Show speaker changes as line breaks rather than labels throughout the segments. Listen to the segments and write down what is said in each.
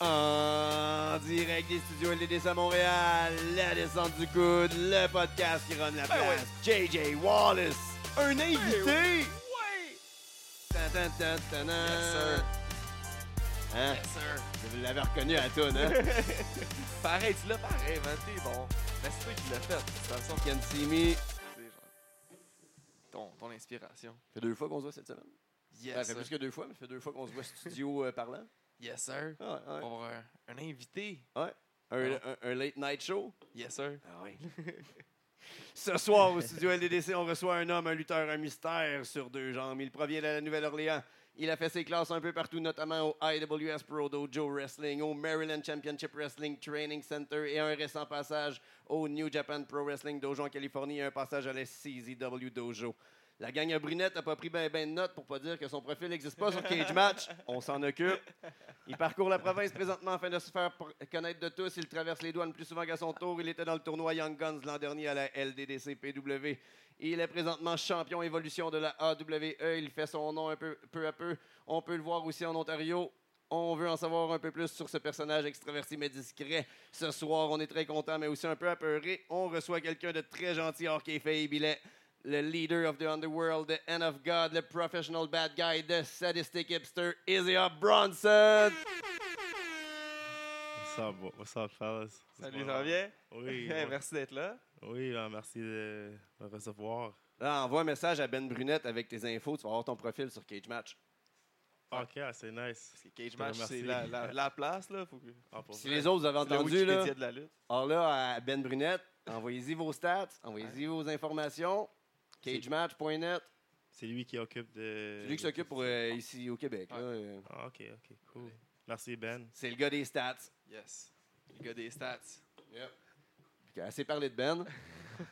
En direct des studios LDDC à Montréal, la descente du coude, le podcast qui run la place, JJ Wallace, un invité!
Ouais!
Tan, tan, tan, tan, tan.
Yes,
Hein?
Yes, sir.
Vous l'avez reconnu à tout, hein?
Pareil, tu l'as pareil, man. T'es bon. Mais c'est toi qui l'as fait. C'est dans le sens que
Can see me.
tu sais, genre. Ton, ton inspiration.
Ça fait deux fois qu'on se voit cette semaine. Ben, Ça
Yes,
fait
sir.
plus que deux fois, mais ça fait deux fois qu'on se voit studio euh, parlant.
Yes, sir.
Ah, ouais, Ah. ouais.
Pour un, un invité.
Un, un- un late night show.
Yes, sir.
Ah oui. Ce soir, au studio LDDC, on reçoit un homme, un lutteur, un mystère sur deux jambes. Il provient de la Nouvelle-Orléans. Il a fait ses classes un peu partout, notamment au IWS Pro Dojo Wrestling, au Maryland Championship Wrestling Training Center et un récent passage au New Japan Pro Wrestling Dojo en Californie et un passage à la CZW Dojo. La gang à brunette n'a pas pris ben ben de notes pour pas dire que son profil n'existe pas sur Cage Match. On s'en occupe. Il parcourt la province présentement afin de se faire pr- connaître de tous. Il traverse les douanes plus souvent qu'à son tour. Il était dans le tournoi Young Guns l'an dernier à la LDDC PW. Il est présentement champion évolution de la AWE. Il fait son nom un peu, peu à peu. On peut le voir aussi en Ontario. On veut en savoir un peu plus sur ce personnage extraverti mais discret. Ce soir, on est très content, mais aussi un peu apeuré. On reçoit quelqu'un de très gentil hors fait Il est le leader of the underworld, the end of God, le professional bad guy, the sadistic hipster, Isaiah Bronson.
What's up, bro- what's up, fellas?
Salut,
hein.
Jean-Bien.
Oui,
Hey,
bon-
merci d'être là.
oui euh, merci de me recevoir.
Là, envoie un message à Ben Brunette avec tes infos. Tu vas avoir ton profil sur Cage Match.
Ok, ah, c'est nice.
Parce que Cage
te
Match,
remercie.
Ah. c'est la, la, la place, là. Faut que...
Ah, pour
Si
vrai.
les autres, vous avez
C'est le
entendu, là,
Wikipédia de la lutte.
alors là, à Ben Brunette, envoyez-y vos stats, envoyez-y vos informations. CageMatch.net.
C'est lui qui occupe de.
C'est lui qui s'occupe pour euh, ici au Québec. là.
Ouais.
Euh,
Ah, ok, ok, cool. Merci, Ben.
C'est le gars des stats.
Yes. Le gars des stats.
Puis Assez parlé de Ben.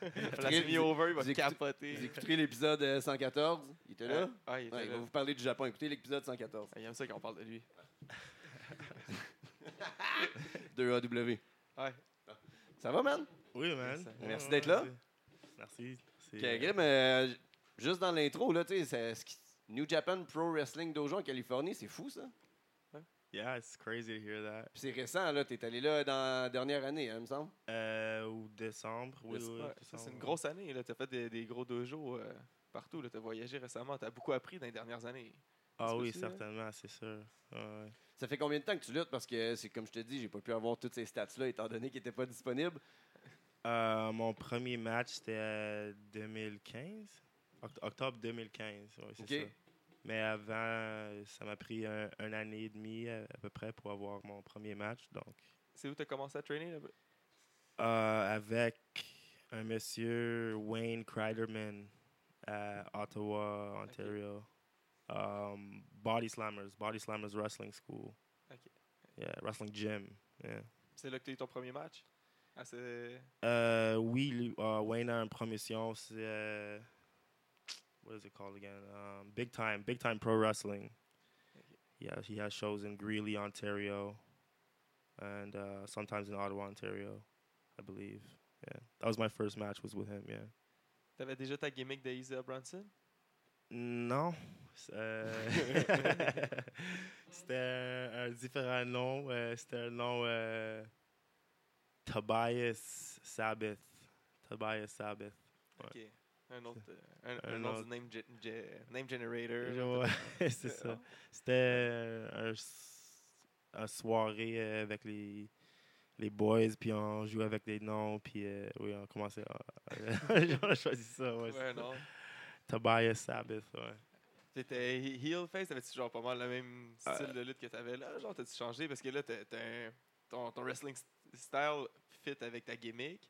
On l'a mis over, il
vous
va
écoutez- Vous
capoter.
écouterez l'épisode euh, 114. Il était là.
Ah, il était
Ouais, il
là.
va vous parler du Japon. Écoutez l'épisode 114.
Ah, Il aime ça quand on parle de lui.
2AW.
Ouais.
Ça va, man?
Oui, man.
Merci.
Ouais,
Merci
ouais,
d'être là.
Merci. C'est,
Ok,
euh,
Grim, euh, juste dans l'intro, là, tu sais, c'est- ce qui- New Japan Pro Wrestling Dojo en Californie, c'est fou, ça.
Yeah, it's crazy to hear that.
Puis c'est récent, là. T'es allé là dans la dernière année, hein, il me semble.
Euh, ou décembre, oui,
Yes,
oui,
ouais, ça,
décembre,
c'est une
ouais.
grosse année. Tu as fait des, des gros dojos euh, partout. Tu as voyagé récemment. Tu as beaucoup appris dans les dernières années.
Ah
C'est
oui,
possible, hein?
certainement, c'est sûr. Ouais, ouais.
Ça fait combien de temps que tu luttes? Parce que, c'est comme je te dis, j'ai pas pu avoir toutes ces stats-là, étant donné qu'ils étaient pas disponibles.
Euh, mon premier match, c'était euh, 2015. Oct- octobre 2015, oui, c'est
Ok.
ça. Mais avant, euh, ça m'a pris un, un année et demie à, à peu près pour avoir mon premier match. Donc,
C'est où tu as commencé à trainer? là-bas?
Euh, avec un monsieur Wayne Kreiderman à Ottawa, Ontario. Um, Body Slammers, Body Slammers Wrestling School.
Ok.
Yeah, wrestling gym. yeah.
C'est là que tu as eu ton premier match? Ah, c'est...
Euh, oui, lui- euh, Wayne a une promotion, c'est... euh, what is it called again? Um, big Time, Big Time Pro Wrestling. Yeah, he has shows in Greeley, Ontario, and uh, sometimes in Ottawa, Ontario, I believe. Yeah, that was my first match was with him, yeah.
T'avais déjà ta gimmick de Isa Bronson?
Non. c'est, euh, C'était un, un différent nom. euh, C'était un nom euh, Tobias Sabbath. Tobias Sabbath.
Ok. Un autre, euh, un,
Un
un autre
autre.
name, ge- ge- name generator. là,
Ouais, c'est
peut-être.
ça. C'était euh, un, s- une soirée euh, avec les, les boys, puis on jouait avec des noms, puis euh, oui, on commençait à. on a choisi ça, ouais,
Ouais,
c'est
un
ça.
autre.
Tobias Sabbath, ouais.
T'étais he- heel face, t'avais-tu genre pas mal le même
Euh.
style de lutte que t'avais là? Genre, t'as-tu changé? Parce que là, t'as, t'as un- ton, ton wrestling st- style fit avec ta gimmick.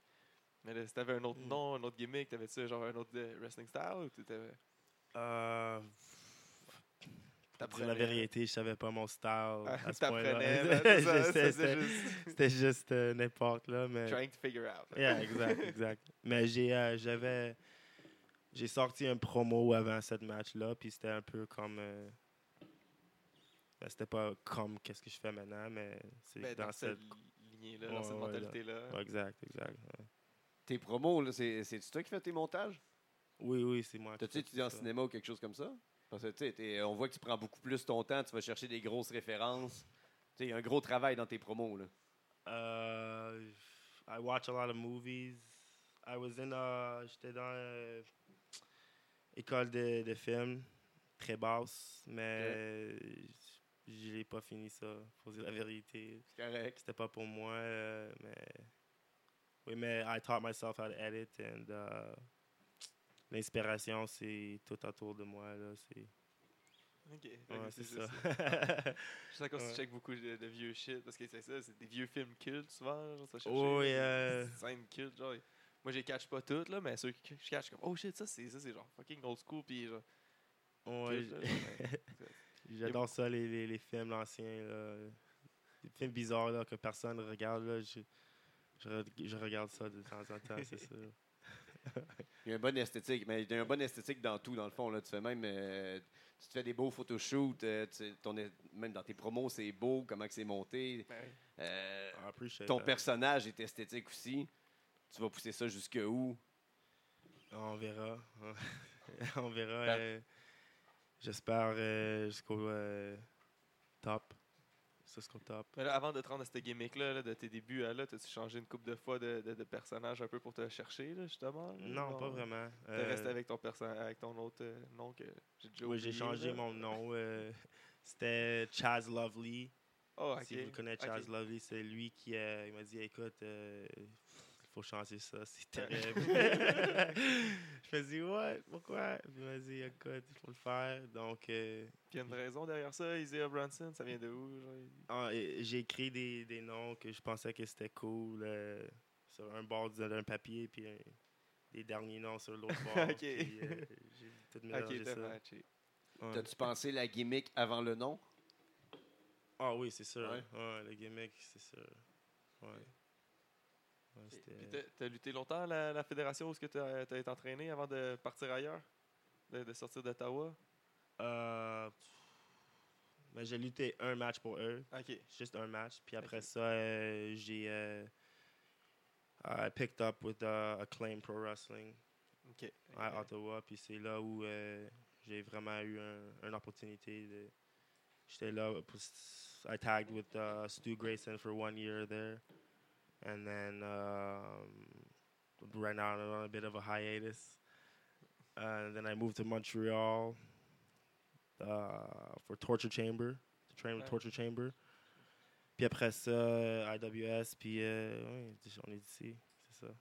Mais là, si t'avais un autre
Mm.
nom, un autre gimmick, t'avais-tu genre un autre euh, wrestling style ou t'étais. Ah,
Euh, Pour dire la
T'apprenais.
vérité, je savais pas mon style
Ah,
à ce point-là.
T'apprenais, là, c'est ça,
Je
ça,
sais,
c'est
C'était
juste
c'était juste euh, n'importe là, mais
trying to figure out. là.
yeah, exact, exact. Mais j'ai euh, j'avais j'ai sorti un promo avant cette match là, puis c'était un peu comme euh, ben, c'était pas comme qu'est-ce que je fais maintenant, mais c'est
Ben,
dans,
dans
cette
cette lignée-là, dans
Ouais,
cette
ouais, là.
mentalité-là.
Ouais, exact, exact. ouais.
Tes promos, là, c'est c'est-tu toi qui fais tes montages?
Oui, oui, c'est moi. qui
T'as-tu
fais
étudié en
ça.
cinéma ou quelque chose comme ça? Parce que, tu sais, t'es- on voit que tu prends beaucoup plus ton temps, tu vas chercher des grosses références. Tu Tu sais, il y a un gros travail dans tes promos. Là.
Uh, I watch a lot of movies. I was in uh, j'étais dans euh, école de, de film très basse, mais je n'ai pas fini ça. Pour dire la vérité,
C'est correct.
c'était pas pour moi, euh, mais oui, mais I taught myself how to edit and uh, l'inspiration c'est tout autour de moi là, c'est
Ok.
ouais,
ok,
c'est
ça.
ça.
Je sais qu'on
Ouais.
se check beaucoup de, de vieux shit parce que c'est ça, c'est des vieux films cultes souvent. Genre, ça cherche
Oh,
des-
et, euh,
des scènes cultes. Genre, et- moi, je les catch pas toutes, là, mais ceux que je catch, comme, oh shit, ça, c'est ça, c'est genre fucking old school. Puis genre,
ouais,
culte, là. ben,
j-
Ouais.
J'adore ça, les, les, les films anciens. Là. Les films bizarres là, que personne ne regarde. Là, je, je, re- je regarde ça de temps en temps, c'est sûr.
Il y a une bonne esthétique, mais il y a une bonne esthétique dans tout, dans le fond. Là. Tu fais même. euh, tu te fais des beaux photoshoots. euh, tu- ton est- même dans tes promos, c'est beau, comment que c'est monté.
Ben,
Euh,
I Ah, appreciate
ton
that.
personnage est esthétique aussi. Tu vas pousser ça jusque où?
On verra. On verra.
Ben-
euh, J'espère euh, jusqu'au euh, top. Jusqu'au top.
Mais là, avant de te rendre à cette gimmick-là, là, de tes débuts à là, t'as-tu changé une couple de fois de, de, de personnage un peu pour te chercher, là, justement? là,
Non,
genre,
pas vraiment.
Euh, T'es
Euh,
resté avec ton, perso- avec ton autre euh, nom que j'ai déjà
oui, j'ai
oublié,
changé
là.
mon nom. euh, C'était Chaz Lovely.
Oh, ok.
Si vous connaissez
ok.
Charles Lovely, c'est lui qui euh, il m'a dit écoute, euh, il faut changer ça, c'est
Ouais.
terrible. je me dis ouais, pourquoi Puis Il m'a dit écoute, il faut le faire. Donc, euh,
Puis y a une raison derrière ça, Isaiah Branson, ça vient de où? genre?
ah, et j'ai écrit des, des noms que je pensais que c'était cool euh, sur un bord d'un d'un papier, puis euh, des derniers noms sur l'autre bord.
Ok.
puis, euh, j'ai tout mélangé
Ok, t'as
ça.
matché.
Ouais.
T'as-tu pensé la gimmick avant le nom?
Ah oui, c'est sûr.
Ouais.
Ouais, le gimmick, c'est sûr. Ouais. Ouais,
Et-
c'était-
Puis t'as- t'as lutté longtemps à la, la fédération où est-ce que t'as t'as été entraîné avant de partir ailleurs? De, de sortir d'Ottawa?
Euh, ben, j'ai lutté un match pour eux,
Ok.
juste un match. Puis après
Ok.
ça, euh, j'ai euh, I picked up with uh, Acclaim Pro Wrestling
Ok.
à
ok.
Ottawa. Puis c'est là où euh, j'ai vraiment eu un- une opportunité. de- J'étais là, pour, s- I tagged with uh, Stu Grayson for one year there. And then um, right now I'm on a bit of a hiatus. and then I moved to Montreal uh, for Torture Chamber, to train with
Ouais.
Torture Chamber. Puis après ça, uh, IWS, puis euh, ouais, on est d'ici, c'est ça.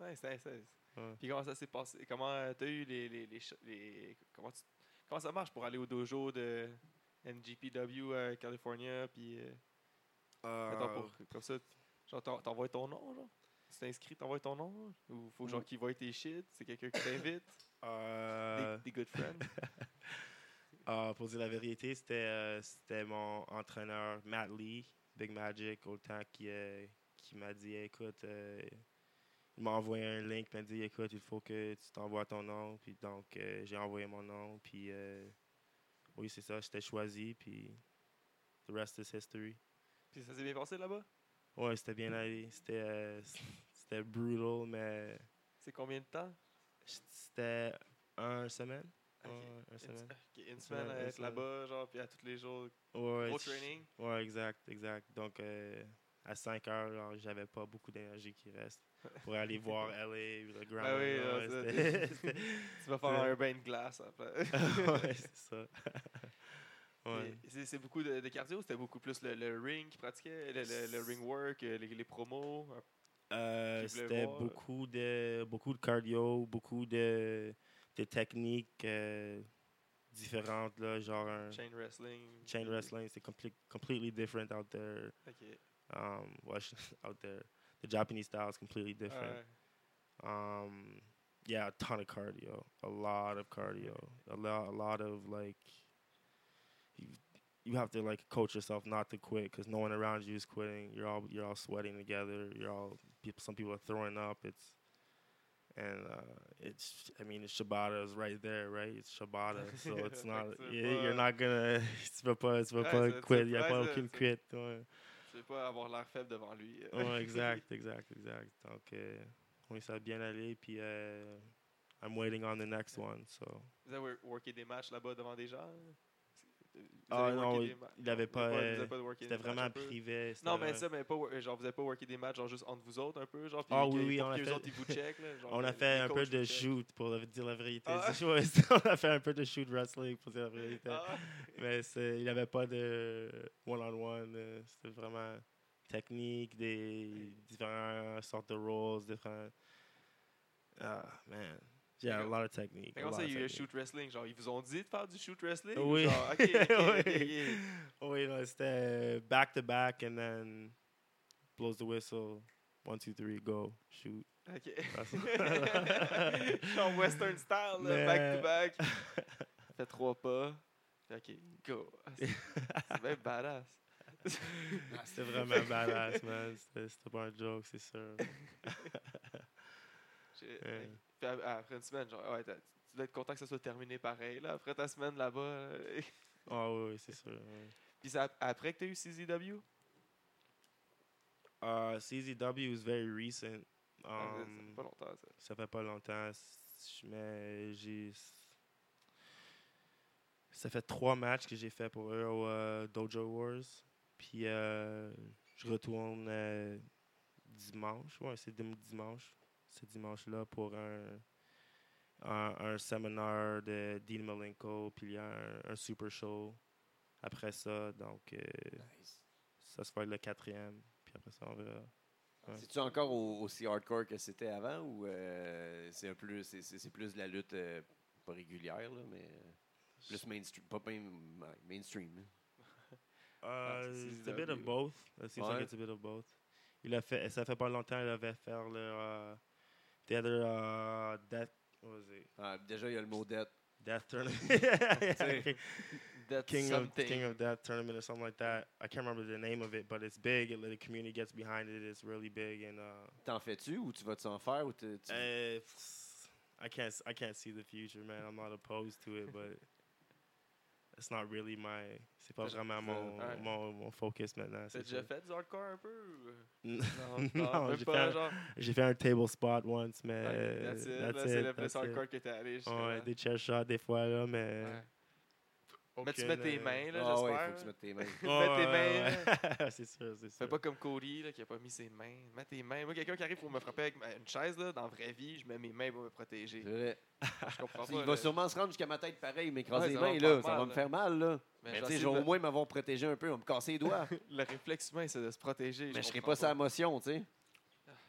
Ouais, c'est c'est-
Ouais.
Puis comment ça s'est passé? Comment euh, t'as eu les, les, les, ch- les- comment, tu- comment ça marche pour aller au dojo de NGPW à euh, California? Puis euh,
Euh,
mettons, pour- comme ça, genre t'en- t'envoies ton nom, genre? Tu t'inscris, t'envoies ton nom? genre? Ou faut genre qu'il voie tes shit? C'est quelqu'un qui t'invite?
Euh,
des, des good friends?
Ah, pour dire la vérité, c'était euh, c'était mon entraîneur Matt Lee, Big Magic, au temps qui, euh, qui m'a dit écoute, euh, il m'a envoyé un link, il m'a dit écoute, il faut que tu t'envoies ton nom. Puis donc, euh, j'ai envoyé mon nom, puis euh, oui, c'est ça, j'étais choisi, puis the rest is history.
Puis ça s'est bien passé là-bas?
Ouais, c'était bien allé, c'était euh, c'était brutal, mais
C'est combien de temps?
c'était un semaine.
Ok.
Ouais, un
Une,
semaine.
ok, une semaine
semaine,
à
une
être
semaine.
là-bas, genre, puis à tous les jours,
Ouais,
gros
c'est-
training.
Ouais, exact, exact. Donc, euh, à 5 heures, genre, j'avais pas beaucoup d'énergie qui reste pour aller voir LA, le Grand.
Ah oui,
ouais,
non, ça-
c'était- c'était-
Tu vas faire
c'est-
un bain de glace après.
ouais, c'est ça. ouais.
Et C'est c'est beaucoup de, de cardio, c'était beaucoup plus le, le ring qui pratiquait, le, le- le ring work, euh, les, les promos. un-
Euh,
qui voulait
c'était
voir, euh,
beaucoup de, beaucoup de cardio, beaucoup de, de techniques euh, différentes, là, genre un
Chain wrestling.
chain wrestling, c'est complete- completely different out there.
Ok.
Um, well, out there. The Japanese style is completely different.
Ah Ouais.
um yeah a ton of cardio a lot of cardio a lot a lot of like you you have to like coach yourself not to quit because no one around you is quitting you're all you're all sweating together you're all people some people are throwing up it's and uh, it's I mean it's Shibata is right there right it's Shibata so it's not
It's
yeah, you're
Shibata.
not gonna it's Shibata it's
Right,
Shibata
so it's
quit yeah
surprise,
but
uh,
can
so-
quit ouais.
Tu veux pas avoir l'air faible devant lui. euh.
Ouais, exact, exact, exact. Donc, euh, oui, ça a bien allé. Puis, euh, I'm waiting on the next one. So,
Vous avez wor- worké des matchs là-bas devant des gens. hein? Vous avez
Ah,
worké
non,
des ma-
il avait
vous avez
pas, euh,
vous avez de worké
C'était
des matchs
vraiment
un peu?
privé.
Non,
c'était-
mais ça, mais pas, wor- genre, vous avez pas worké des matchs, genre, juste entre vous autres, un peu, genre, puis
Ah
que-
oui, oui,
pour
on a
que les
fait-
autres, ils vous checkent, là, genre,
On a
les-
fait
les
un peu
coachs
de
vous checkent.
shoot pour dire la vérité.
Ah.
C'est chouette. on a fait un peu de shoot wrestling pour dire la vérité.
Ah,
Mais c'est- il n'avait pas de one-on-one. euh, C'était vraiment technique, des différentes sortes de roles, différents. Ah, man. Yeah, a lot of technique.
mais
a
comment
lot
ça,
of
il y a eu
technique.
shoot wrestling, genre, ils vous ont dit de faire du shoot wrestling? ou
Oui.
genre, ok, ok, ok,
Oui.
ok.
Oui, non, c'était back to back and then blows the whistle. One, two, three, go, shoot.
OK.
That's-
Genre western style, là,
Mais-
back to back. Fait trois pas. Fait OK, go. Ah, C'est c'est bien badass.
C'était vraiment badass, man. C'était c'était pas un joke, c'est sûr.
J'ai-
Euh.
Puis a- après une semaine, genre, ouais, t'as- tu dois être content que ça soit terminé pareil, là. Après ta semaine là-bas. euh,
Ah oui, oui, c'est sûr. oui.
Puis c'est ap- après que t'as eu CZW?
Uh, CZW is very recent.
Ah, ça
Um,
fait pas longtemps, ça.
ça fait pas longtemps, s- mais j'ai. Ça fait trois matchs que j'ai fait pour eux au euh, Dojo Wars. Puis euh, je retourne euh, dimanche. Ouais, c'est dim- dimanche. Ce dimanche-là pour un, un, un séminaire de Dean Malenko. Puis il y a un, un super show après ça. Donc euh, ça se fait le quatrième. Puis après ça, on verra. Ouais.
C'est-tu encore au- aussi hardcore que c'était avant ou euh, c'est un plus c'est- c'est c'est plus de la lutte euh, pas régulière là, mais euh, plus mainstream pas main- ouais, mainstream. hein.
Uh,
c'est
it's a bit of
CZW.
both. It seems
Ouais.
like it's a bit of both. Il a fait, ça fait pas longtemps, il avait fait le uh, the other uh, death, what was it?
Ah, déjà il y a le mot dette.
Death tournament.
T'sais,
That's
King of
something.
King of Death tournament or something like that. I can't remember the name of it, but it's big. It, the community gets behind it. It's really big, and uh,
T'en fais-tu ou tu vas t'en faire ou tu- tu-
Euh,
it's- Eh, I can't s- I can't see the future, man. I'm not opposed to it, but it's not really my. C'est pas
Ça-
vraiment
ça-
mon,
ouais.
mon, mon focus maintenant.
T'as
c'est
déjà
ça.
fait du hardcore un peu? ou-
non,
même
j'ai
pas,
fait-
genre.
J'ai fait un table spot once, mais.
Ok, that's it,
Euh, that's
là, c'est
it,
le plus
that's it.
hardcore que t'es allé. jusque-là.
Ouais, des euh, chair shots des fois, là, mais. euh,
Ouais. Mais tu mets tes mains, là,
Ah ouais,
j'espère.
faut que tu mettes tes mains.
Mets tes mains,
c'est sûr,
Fais
c'est sûr.
pas comme Cody là, qui a pas mis ses mains. Mets tes mains. Moi, quelqu'un qui arrive pour me frapper avec ma- une chaise, là, dans la vraie vie, je mets mes mains pour me protéger.
C'est vrai.
Je comprends pas.
Il
là.
va sûrement se rendre jusqu'à ma tête pareil, m'écraser
euh, Ouais,
les
ça
mains,
va me
là.
faire
Ça va
mal,
me
là.
faire mal, là.
Mais
Mais
genre,
tu sais,
si
je vais
le-
au moins m'avoir protégé un peu, on va me casser les doigts.
Le réflexe humain, c'est de se protéger.
Mais je serai
comprends
pas sa motion, tu sais.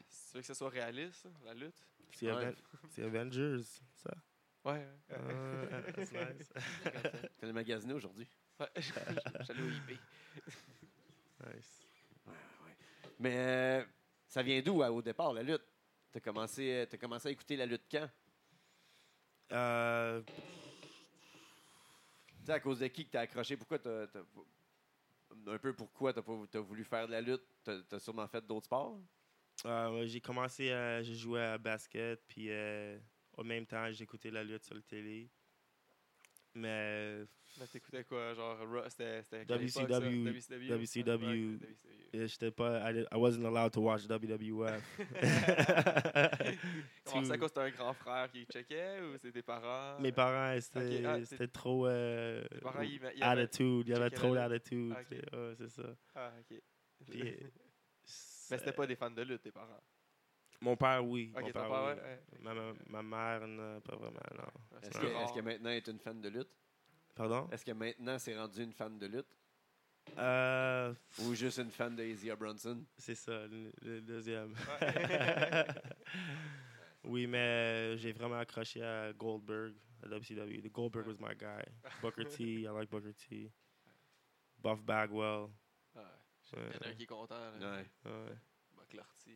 Si tu veux que ça soit réaliste, ça, la lutte.
C'est
Ouais.
Aven- c'est Avengers, ça.
Ouais. ouais.
Ah, that's nice.
Fais le magasiné aujourd'hui.
Ouais, J'allais au eBay.
nice.
Mais euh, ça vient d'où à- au départ, la lutte? T'as commencé, euh, t'as commencé à écouter la lutte quand?
Euh,
Tu sais, à cause de qui que t'as accroché? Pourquoi t'as... t'as- un peu pourquoi t'as, pas, t'as voulu faire de la lutte? T'as, t'as sûrement fait d'autres sports?
euh, ouais, j'ai commencé à. J'ai joué à basket, puis euh, au même temps, j'écoutais la lutte sur la télé. Mais.
Mais t'écoutais quoi Genre, Raw, c'était. c'était à quelle époque, ça?
WCW,
WCW. Ouais,
WCW.
WCW.
Yeah, euh, j'étais pas. I, did- I wasn't allowed to watch WWF.
Comment ça,
Tout.
quoi, c'était un grand frère qui checkait ou c'était tes parents
Mes parents, c'était
ah, c'est-
c'était trop. euh,
Tes parents, ils- ils avaient-
attitude. Il y avait
checké
trop
la
d'attitude.
Ah, ok.
tu sais. Ouais, c'est ça.
Ah, ok.
Puis, euh,
Mais c'était
c'est-
pas des fans de lutte, tes parents.
Mon père, oui.
Ok,
mon
ton
père,
père,
oui.
ouais, ouais.
Ma, ma- ma mère, non, pas vraiment, non.
Ouais,
Est-ce
c'est
que,
rare.
est-ce que maintenant elle est une fan de lutte?
Pardon?
Est-ce que maintenant c'est rendu une fan de lutte?
Euh,
Ou juste une fan de Izzy Brunson?
c'est ça, le, le deuxième.
Ouais.
oui, mais j'ai vraiment accroché à Goldberg, à WCW. The Goldberg was my guy. Booker T, I like Booker T. Buff Bagwell.
Ah,
Ouais.
Il y en a un qui est content. Là.
Ouais.
ouais.
Buck Larty.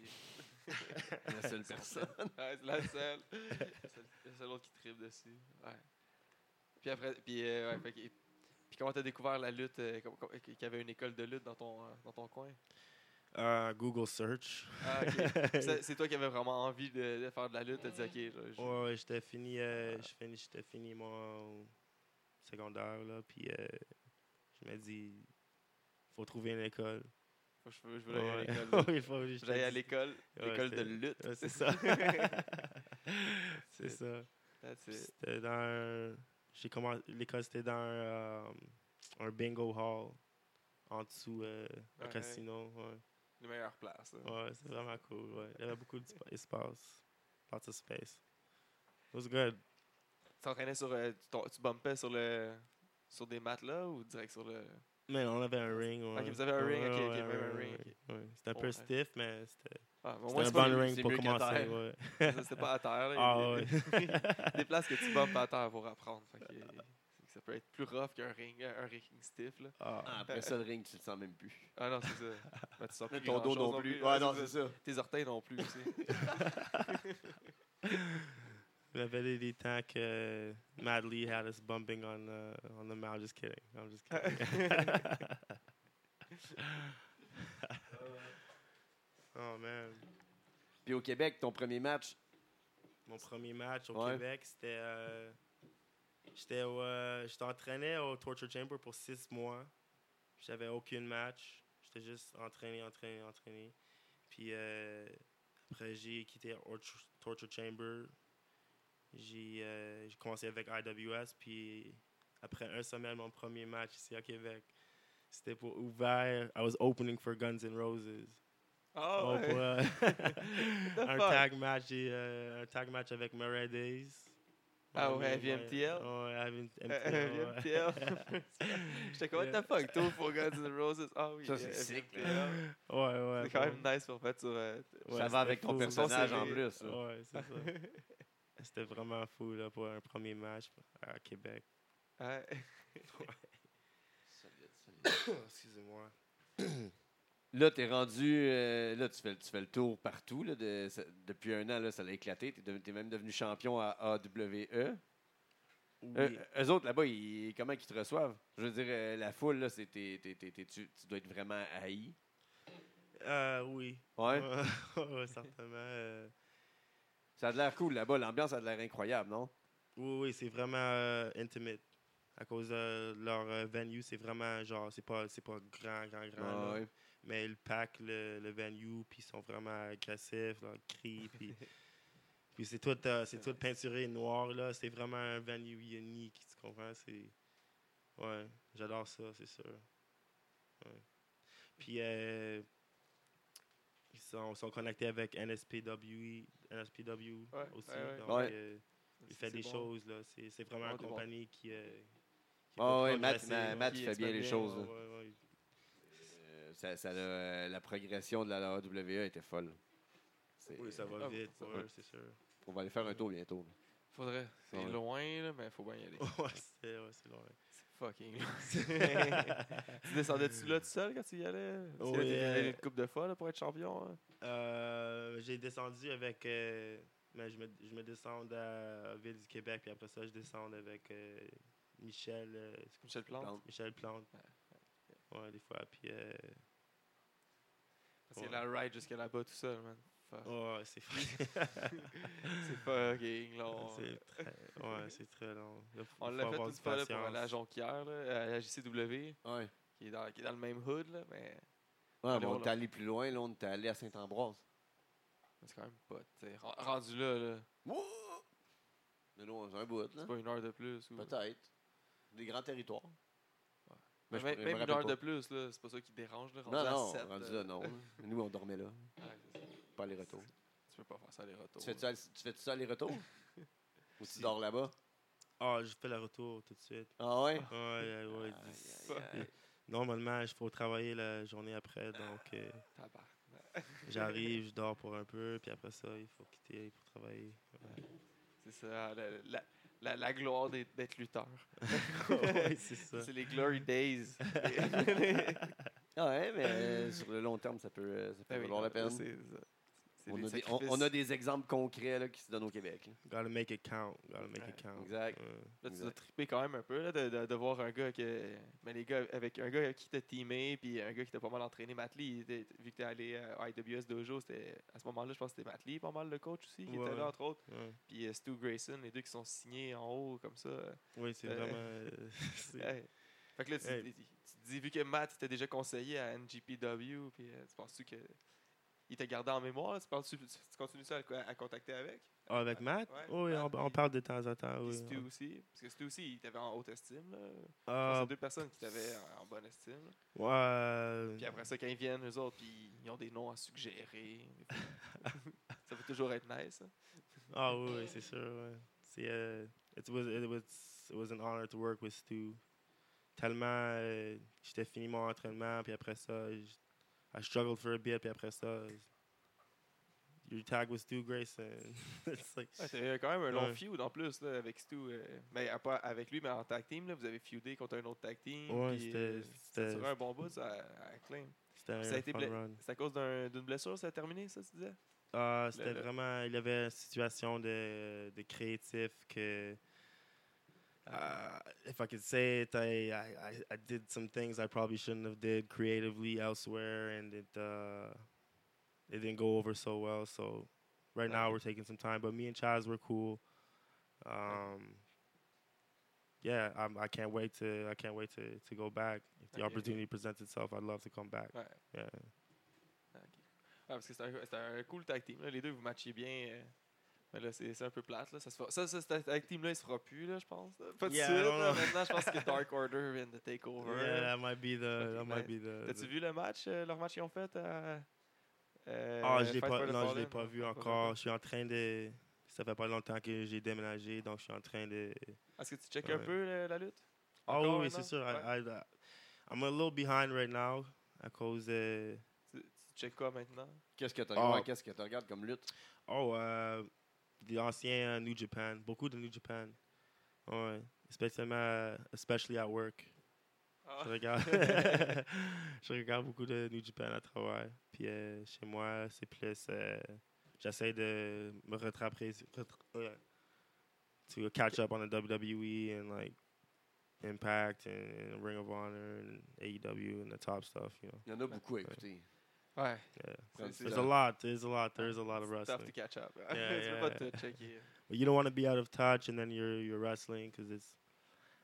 La seule personne.
Ouais, c'est la seule. C'est le- le seul autre qui tripe dessus. Ouais. Puis après, puis, euh, ouais, fait que- puis comment t'as découvert la lutte, euh, com- com- qu'il y avait une école de lutte dans ton, euh, dans ton coin?
Euh, Google Search.
Ah, ok. Puis ça, c'est toi qui avais vraiment envie de, de faire de la lutte, t'as dit ok, je- Ah. je-
Ouais, ouais, j'étais fini, euh, j'ai fini- j'étais fini mon secondaire, là, puis euh, je me dis, faut trouver une école.
faut- je veux, je veux aller à
Ouais.
l'école. de-
Oui, faut- j'étais
J'allais à
dit-
l'école,
Ouais,
l'école de
c'est-
lutte.
ouais, c'est ça. c'est
That's
ça.
That's it.
C'était dans un- J'ai commencé... L'école, c'était dans un... euh, un bingo hall en dessous euh, un
Ah, Ouais. Ah.
casino. Ouais,
Les meilleures places. là.
ouais c'est vraiment cool. Ouais. Il y avait beaucoup d'espace. Lots of space. It was good.
Tu t'entraînais sur. euh, tu, ton- tu bumpais sur le. Sur des mats là ou direct sur le.
Man, on avait un ring. Ouais.
Ok, vous avez un ring,
Ouais,
ok, ok,
ouais,
même un
ouais,
ring,
ouais, ouais. C'était un
Bon,
peu
ouais.
stiff, mais c'était
Ah, mais au
c'était
moins,
un
c'est pas,
bon ring
c'est
pour
mieux qu'à
commencer.
terre.
Ouais.
C'était pas à terre. là. Il
Ah
y a-
ouais.
il y a des places que tu bumpes à terre pour apprendre. Fait que, euh, ça peut être plus rough qu'un ring, un ring stiff. Là.
Ah,
Ah.
après ça, le ring, tu le sens même plus.
Ah non, c'est ça. Mais tu sors plus
Ton dos
grand-chose
non plus.
là,
Ouais, non, c'est ça.
Tes orteils non plus aussi.
Il y avait des temps que uh, Mad Lee had us bumping on the, on the mouth. I'm just kidding. I'm just kidding. oh man.
Puis au Québec, ton premier match,
Mon premier match au
Ouais.
Québec, c'était. euh, J'étais au, euh, j'étais entraîné au Torture Chamber pour six mois. J'avais aucune match. J'étais juste entraîné, entraîné, entraîné. Puis euh, après, j'ai quitté Orch- Torture Chamber. J'ai euh, j'ai commencé avec IWS. Puis après un semaine, mon premier match ici à Québec, c'était pour ouvert. I was opening for Guns N' Roses.
Ah
Oh,
ouais.
pour, euh,
the
un
fuck?
tag match et, euh, un tag match avec Murray Days.
Ah
Mon
ouais,
ami,
VMTL?
Ouais, avec
Euh,
MTL. ouais.
VMTL. J'étais comme, what
Yeah.
the fuck, toi, pour Guns N' Roses. Ah oui.
Ça, c'est
euh,
sick,
VMTL.
Ouais, ouais.
C'est quand
ouais.
même nice pour faire sur. euh,
Ouais,
ça va avec
c'était
ton
fou.
personnage en
Ouais.
plus. là.
Ouais, c'est ça. C'était vraiment fou là, pour un premier match à Québec.
ouais.
Excusez-moi.
Là, t'es rendu. euh, là, tu fais, tu fais le tour partout. là, de- ça- depuis un an, là, ça l'a éclaté. T'es, devenu- t'es même devenu champion à AWE. Euh,
Oui.
eux autres, là-bas, ils- comment ils te reçoivent? Je veux dire, euh, la foule, là, c'est, t'es- t'es- t'es- t'es- tu, tu dois être vraiment haï.
Euh, oui.
Ouais.
Ouais, certainement. euh,
Ça a de l'air cool là-bas. L'ambiance a de l'air incroyable, non?
Oui, oui, c'est vraiment euh, intimate. À cause de leur euh, venue, c'est vraiment genre, c'est pas, c'est pas grand, grand, grand. là.
Ouais.
Mais ils packent le, le venue, puis ils sont vraiment agressifs, leur cri, puis. Puis c'est tout, euh, c'est tout peinturé noir, là. C'est vraiment un venue unique, tu comprends? C'est... Ouais, j'adore ça, c'est sûr. Ouais. Puis euh, ils sont, sont connectés avec NSPW, NSPW
Ouais,
aussi.
ouais, ouais.
donc,
Ouais.
euh, il fait
C'est
des
bon.
choses, là. C'est, c'est vraiment
Bon,
une
t'es bon.
compagnie qui. euh, qui
Ah
veut
ouais, Matt-
progresser,
Ma-
là.
Matt
Qui
fait bien les
expand
choses,
ouais,
là.
ouais, ouais.
Euh, ça, ça a, euh, la progression de la AWE était folle. C'est-
Oui, ça
Ah,
va vite,
ça
ouais,
va.
c'est sûr.
On va aller faire un tour bientôt.
Faudrait. C'est
Ouais. Oh.
loin, là, mais faut bien y aller.
ouais, c'est, ouais, c'est loin.
C'est fucking loin. tu
Euh.
descendais-tu là tout seul quand tu y allais?
Oh,
Parce que là,
Oui,
t'es allé
euh,
une couple de fois là, pour être champion. hein?
Euh, j'ai descendu avec. euh, mais je me, je me descends à Ville du Québec, puis après ça, je descends avec euh, Michel, euh, c'est quoi-
Michel Plante.
Plante.
Michel Plante. Ouais, des fois. Puis. euh,
Parce que la ride jusqu'à là-bas tout seul, man. Fuck.
Oh.
ouais, c'est
C'est fucking long.
c'est très, ouais, c'est très long. Là, faut-
On
faut
l'a fait
avoir
une
du
fois là, pour
patience.
aller à Jonquière, là, à la JCW,
Ouais.
qui est dans, qui est dans le même hood, là, mais
Ouais,
Allez,
mais on
on
est
l'a-
allé plus loin, là, on est allé à Saint-Ambroise.
c'est quand même pas. t'sais, ren- Rendu là, là
Wouh! De loin, c'est un bout, là.
c'est pas une heure de plus. Ou...
Hein? Peut-être. Mm-hmm. Des grands territoires.
Mais
Mais je pourrais-
même
je me
même une
rappelle
heure
pas.
de plus, là, c'est pas ça qui dérange. Là, rendu
Non,
à
non,
sept, euh.
rendu
là.
là, non. Nous, on dormait là,
Ouais, c'est ça.
pas les retours.
Tu peux pas faire ça les retours.
Tu fais-tu ça, tu fais ça les retours? Ou tu dors là-bas?
Ah, je fais le retour tout de suite.
Ah ouais?
Ouais, ouais, ouais,
Aïe,
dix-
aïe, aïe.
Normalement, il faut travailler la journée après, donc euh,
Tabarnak.
j'arrive, je dors pour un peu, puis après ça, il faut quitter pour travailler.
C'est ça, la, la, la, la gloire d'être d'être lutteur.
ouais, c'est ça.
C'est les glory days.
Ah ouais, mais euh, sur le long terme, ça peut, euh, ça peut
Ben oui,
valoir la
non,
peine.
c'est ça. C'est
On
des
a, des, on,
sacrifices.
on a des exemples concrets là, qui se donnent au Québec. là.
Gotta make it count. Gotta make it
Ouais,
count.
exact.
Ouais.
Là, tu
Exact.
dois triper quand même un peu là, de, de, de voir un gars que. Mais les gars, avec un gars avec qui t'a teamé, puis un gars qui t'a pas mal entraîné, Matli, vu que t'es allé euh, à IWS Dojo, c'était à ce moment-là, je pense que c'était Matli, pas mal le coach aussi, qui
Ouais,
était
ouais.
là, entre autres.
Ouais.
Puis euh, Stu Grayson, les deux qui sont signés en haut, comme ça.
Oui, c'est
Euh,
vraiment. euh, c'est-
Hey. Fait que là, tu,
Hey.
tu te dis, vu que Matt il t'a déjà conseillé à NGPW, puis euh, tu penses-tu que. Il t'a gardé en mémoire, là? tu penses-tu tu, tu continues ça à, le co- à contacter avec
Ah, avec Matt?
Ouais,
oui,
Matt,
on, on
puis-
parle de temps à temps.
Puis
Ah Oui.
Stu aussi. Parce que Stu aussi, il t'avait en haute estime. Là. Je pense que
Euh,
C'est deux personnes qui t'avaient en, en bonne estime. là.
ouais.
Puis après ça, quand ils viennent, eux autres, puis ils ont des noms à suggérer. ça peut toujours être nice. hein.
Ah oui, oui, c'est sûr. ouais. C'est, euh, it, was, it, was, it was an honor to work with Stu. Tellement, euh, j'étais fini mon entraînement, puis après ça, j- I struggled for a bit, puis après ça, your tag with Stu Grayson. It's like-
Ouais, t'avais quand même un long
Ouais.
feud en plus là, avec Stu. euh, mais à pas avec lui, mais en tag team, là, vous avez feudé contre un autre tag team.
ouais,
puis,
c'était,
euh,
c'était,
sur un bon bout, ça à Acclaim.
c'était
ça a
un
été
fun
bla-
run.
C'est à cause d'un- d'une blessure, ça a terminé, ça, tu disais?
Ah, c'était
le-
vraiment. Il y avait une situation de, de créatif que.
Ah.
Uh, if I could say it, I, I, I- I did some things I probably shouldn't have did creatively elsewhere, and it uh, it didn't go over so well. So right now
Okay.
we're taking some time, but me and Chaz were cool. Um, yeah, I'm, I can't wait to I can't wait to, to go back. If the
Okay, okay.
opportunity presents itself, I'd love to come back.
Ouais.
Yeah.
Ah, ok. Ah, parce que c'était un, c'était un cool tag team. là. Les deux, vous matchiez bien. euh, mais là, c'est c'est un peu plate. Là. Ça, se fera- ça, ça, cet tag team-là, il se fera plus, là, je pense. là. Pas de
Yeah, I
suite.
don't
là.
know.
Maintenant, je pense que Dark Order vient de take over.
Yeah, that might be the
Okay,
that
nice.
might be the.
T'as-tu
the-
vu le match, euh, leur match qu'ils ont fait à. euh,
Ah, je l'ai
Fight for
pas,
the
non, je l'ai
Fallen?
pas vu
Pas
encore. Je suis en train de. Ça fait pas longtemps que j'ai déménagé, donc je suis en train de.
Est-ce que tu checkes un
Ouais.
peu euh, la lutte?
Ah
Encore
oui, oui,
un
c'est
an?
sûr.
Ouais.
I- I- I'm a little behind right now à cause de.
Tu, tu checkes quoi maintenant?
Qu'est-ce que tu
Ah.
ouais, qu'est-ce que tu regardes comme lutte?
Oh, euh, des anciens euh, New Japan. Beaucoup de New Japan. Ouais. Spécialement, euh, especially at work.
Ah.
Je regarde, je regarde beaucoup de New Japan à travers. Puis euh, chez moi, c'est plus. euh, J'essaie de me rattraper. retra- euh, To catch up on the WWE and like Impact and Ring of Honor and AEW and the top stuff, you know.
Il y en a beaucoup à écouter.
Ouais.
Yeah.
C'est- c'est-
There's
ça.
a lot. There's a lot. There's a lot of
it's tough
wrestling.
to catch up. hein. tu
Yeah,
peux
yeah,
pas
yeah.
te checker.
But you don't want to be out of touch and then you're you're wrestling because it's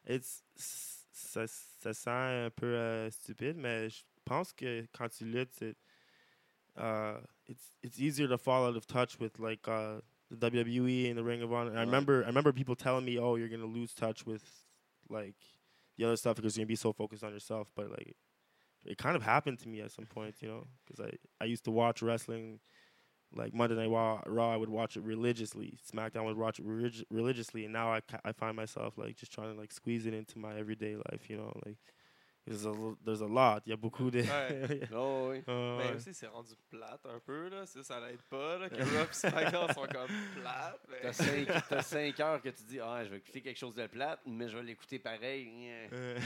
it's ça, ça sent un peu euh, stupide mais je pense que quand tu luttes c'est uh, it's it's easier to fall out of touch with like uh, the WWE and the Ring of Honor. And I
Right.
remember I remember people telling me, "Oh, you're gonna lose touch with like the other stuff because you're gonna be so focused on yourself." But like, it kind of happened to me at some point, you know, because I I used to watch wrestling like Monday Night Raw, Raw, I would watch it religiously. SmackDown would watch it relig- religiously, and now I, ca- I find myself like just trying to like squeeze it into my everyday life, you know, like there's a l- there's a lot. Yeah, beaucoup de.
Ouais.
Oh, oui.
Uh,
Mais Ben, aussi, c'est rendu plate un peu, là. Ça, ça l'aide pas, là. Que Rob SmackDown sont comme plates. mais-
T'as 5, heures que tu dis, ah, je vais écouter quelque chose de plate, mais je vais l'écouter pareil. Nya.
uh,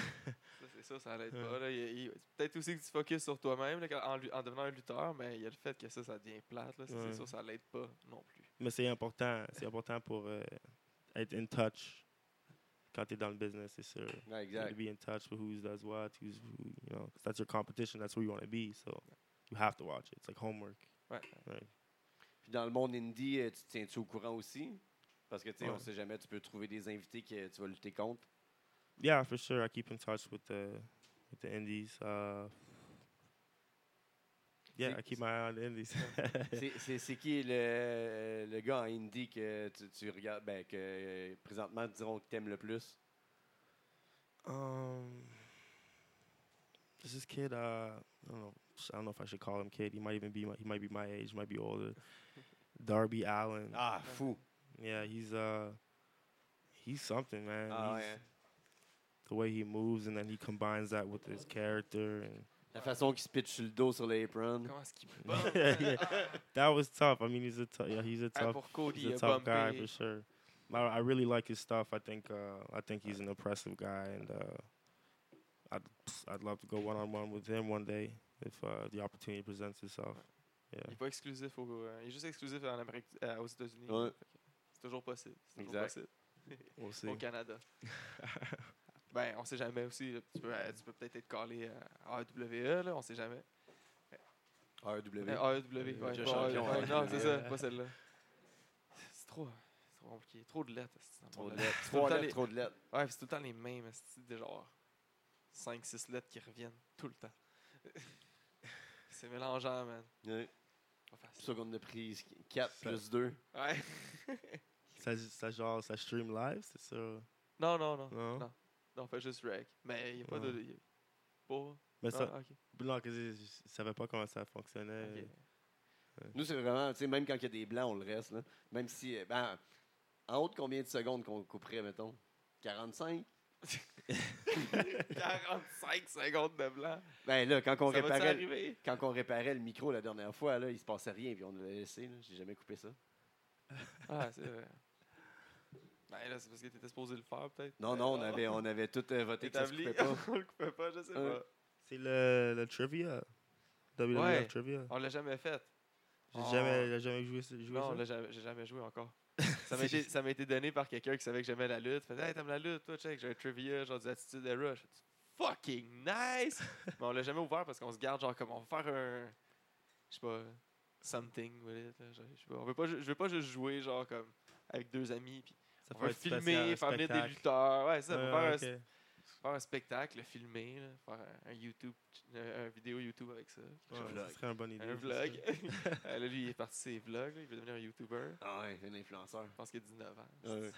Ça, c'est ça, ça l'aide
Ouais.
pas. là. Il- il- Peut-être aussi que tu focuses sur toi-même là, quand- en, lu- en devenant un lutteur, mais il y a le fait que ça, ça devient plate. Là, ça,
Ouais.
C'est sûr, ça l'aide pas non plus.
Mais c'est important. C'est important pour euh, être in touch quand t'es dans le business, c'est sûr. You
Ouais,
need
exact.
To be in touch with who does what, who's who, you know. 'cause that's your competition. That's who you want to be. So you have to watch it. It's like homework.
Puis dans le monde indie, euh, tu te tiens-tu au courant aussi? Parce que, tu sais,
Ouais.
on sait jamais, tu peux trouver des invités que tu vas lutter contre.
Yeah, for sure. I keep in touch with the with the indies. Uh, yeah, I keep my eye on the indies.
C'est- C'est c'est qui le, le gars en indie que tu, tu regardes, ben, que euh, présentement, diront que t'aimes le plus?
um, there's this kid. Uh, I don't know. I don't know if I should call him kid. He might even be. My, he might be my age. Might be older. Darby Allen.
Ah, fou!
Yeah, he's uh, he's something, man.
Ah,
He's-
ouais.
The way he moves, and then he combines that with his character, and
La façon qu'il se pitche sur le dos sur l'apron.
Comment est-ce qu'il peut
Yeah. that was tough. I mean, he's a tough. Yeah, he's a tough.
Ah, Pour Cody,
He's
il
a
a
tough guy
bumpé.
for sure. I, I really like his stuff. I think uh, I think he's an impressive guy, and uh, I'd I'd love to go one on one with him one day if uh, the opportunity presents itself.
Il est pas exclusif au, euh, il est juste exclusif en Amérique, euh, aux États-Unis.
Ouais.
Fait que C'est toujours possible. C'est toujours
Exact.
possible.
We'll see.
Au Canada. ben, on sait jamais aussi. là. Tu peux euh, tu peux peut-être être collé à AEWE, là, on sait jamais.
RW.
Euh, AEW, ouais,
Déjà
pas
champion,
AEW. Non,
AEW.
c'est ça, pas celle-là. C'est trop, c'est trop compliqué. Trop de lettres. c'est dans
trop
le
de
bordel.
lettres.
C'est tout le
Trois
temps
lettres,
les-
trop de lettres.
Ouais, puis c'est tout le temps les mêmes, esti, de genre 5-6 lettres qui reviennent tout le temps. c'est mélangeant, man.
Ouais.
Pas facile.
C'est pour ça qu'on en a pris 4
Ça-
plus 2.
Ouais.
Ça, ça genre, ça stream live, uh, c'est ça?
Non, non, non.
Non?
Non, non fait juste rec. Mais il n'y a pas
Ouais.
de. y a- Pas.
Mais
non,
ça,
ah, ok.
non, que je, je savais pas comment ça fonctionnait.
Euh.
Ok.
Nous, c'est vraiment, tu sais, même quand il y a des blancs, on le reste, là. Même si, euh, ben, en haut de combien de secondes qu'on couperait, mettons? 45?
45 secondes de blanc.
Ben là, quand on,
ça va
réparait,
arriver?
quand on réparait le micro la dernière fois, là, il se passait rien, puis on l'a laissé, là. J'ai jamais coupé ça.
Ah, c'est vrai. Ben là, c'est parce que t'étais supposé le faire, peut-être.
Non,
Mais
non, on avait, on avait tout euh, voté que ça se
Ah. Établi.
coupait pas.
on le coupait pas, je sais
Ouais.
pas.
C'est le, le trivia. WWF
Ouais.
trivia.
On l'a jamais fait.
J'ai
Oh.
jamais, j'ai jamais joué, ce- joué
Non, on
ça.
l'a jamais- j'ai jamais joué encore. Ça m'a été, ça m'a été donné par quelqu'un qui savait que j'aimais la lutte. Fait, hey, t'aimes la lutte, toi, check, j'ai un trivia, genre des attitudes de rush. Fucking nice! Mais on l'a jamais ouvert parce qu'on se garde, genre, comme on va faire un. Je sais pas, something with it. là, genre, Je sais pas. On veut pas, ju- je veux pas juste jouer, genre, comme avec deux amis. Puis
Ça
on
fait
veut
un spécial,
filmer,
un
faire venir des
spectacle.
lutteurs. Ouais, c'est ça, on
Ouais,
va faire, un,
ok.
faire un spectacle, filmer, là, faire un, un YouTube, euh, un, un vidéo YouTube avec ça.
Ouais,
Un vlog.
ça serait une bonne idée.
Un
c'est ça.
vlog. Euh, là, lui, il est parti ses vlogs, là, il veut devenir un YouTuber.
Ah ouais, un influenceur.
Je pense qu'il a 19 ans.
Ouais, ouais.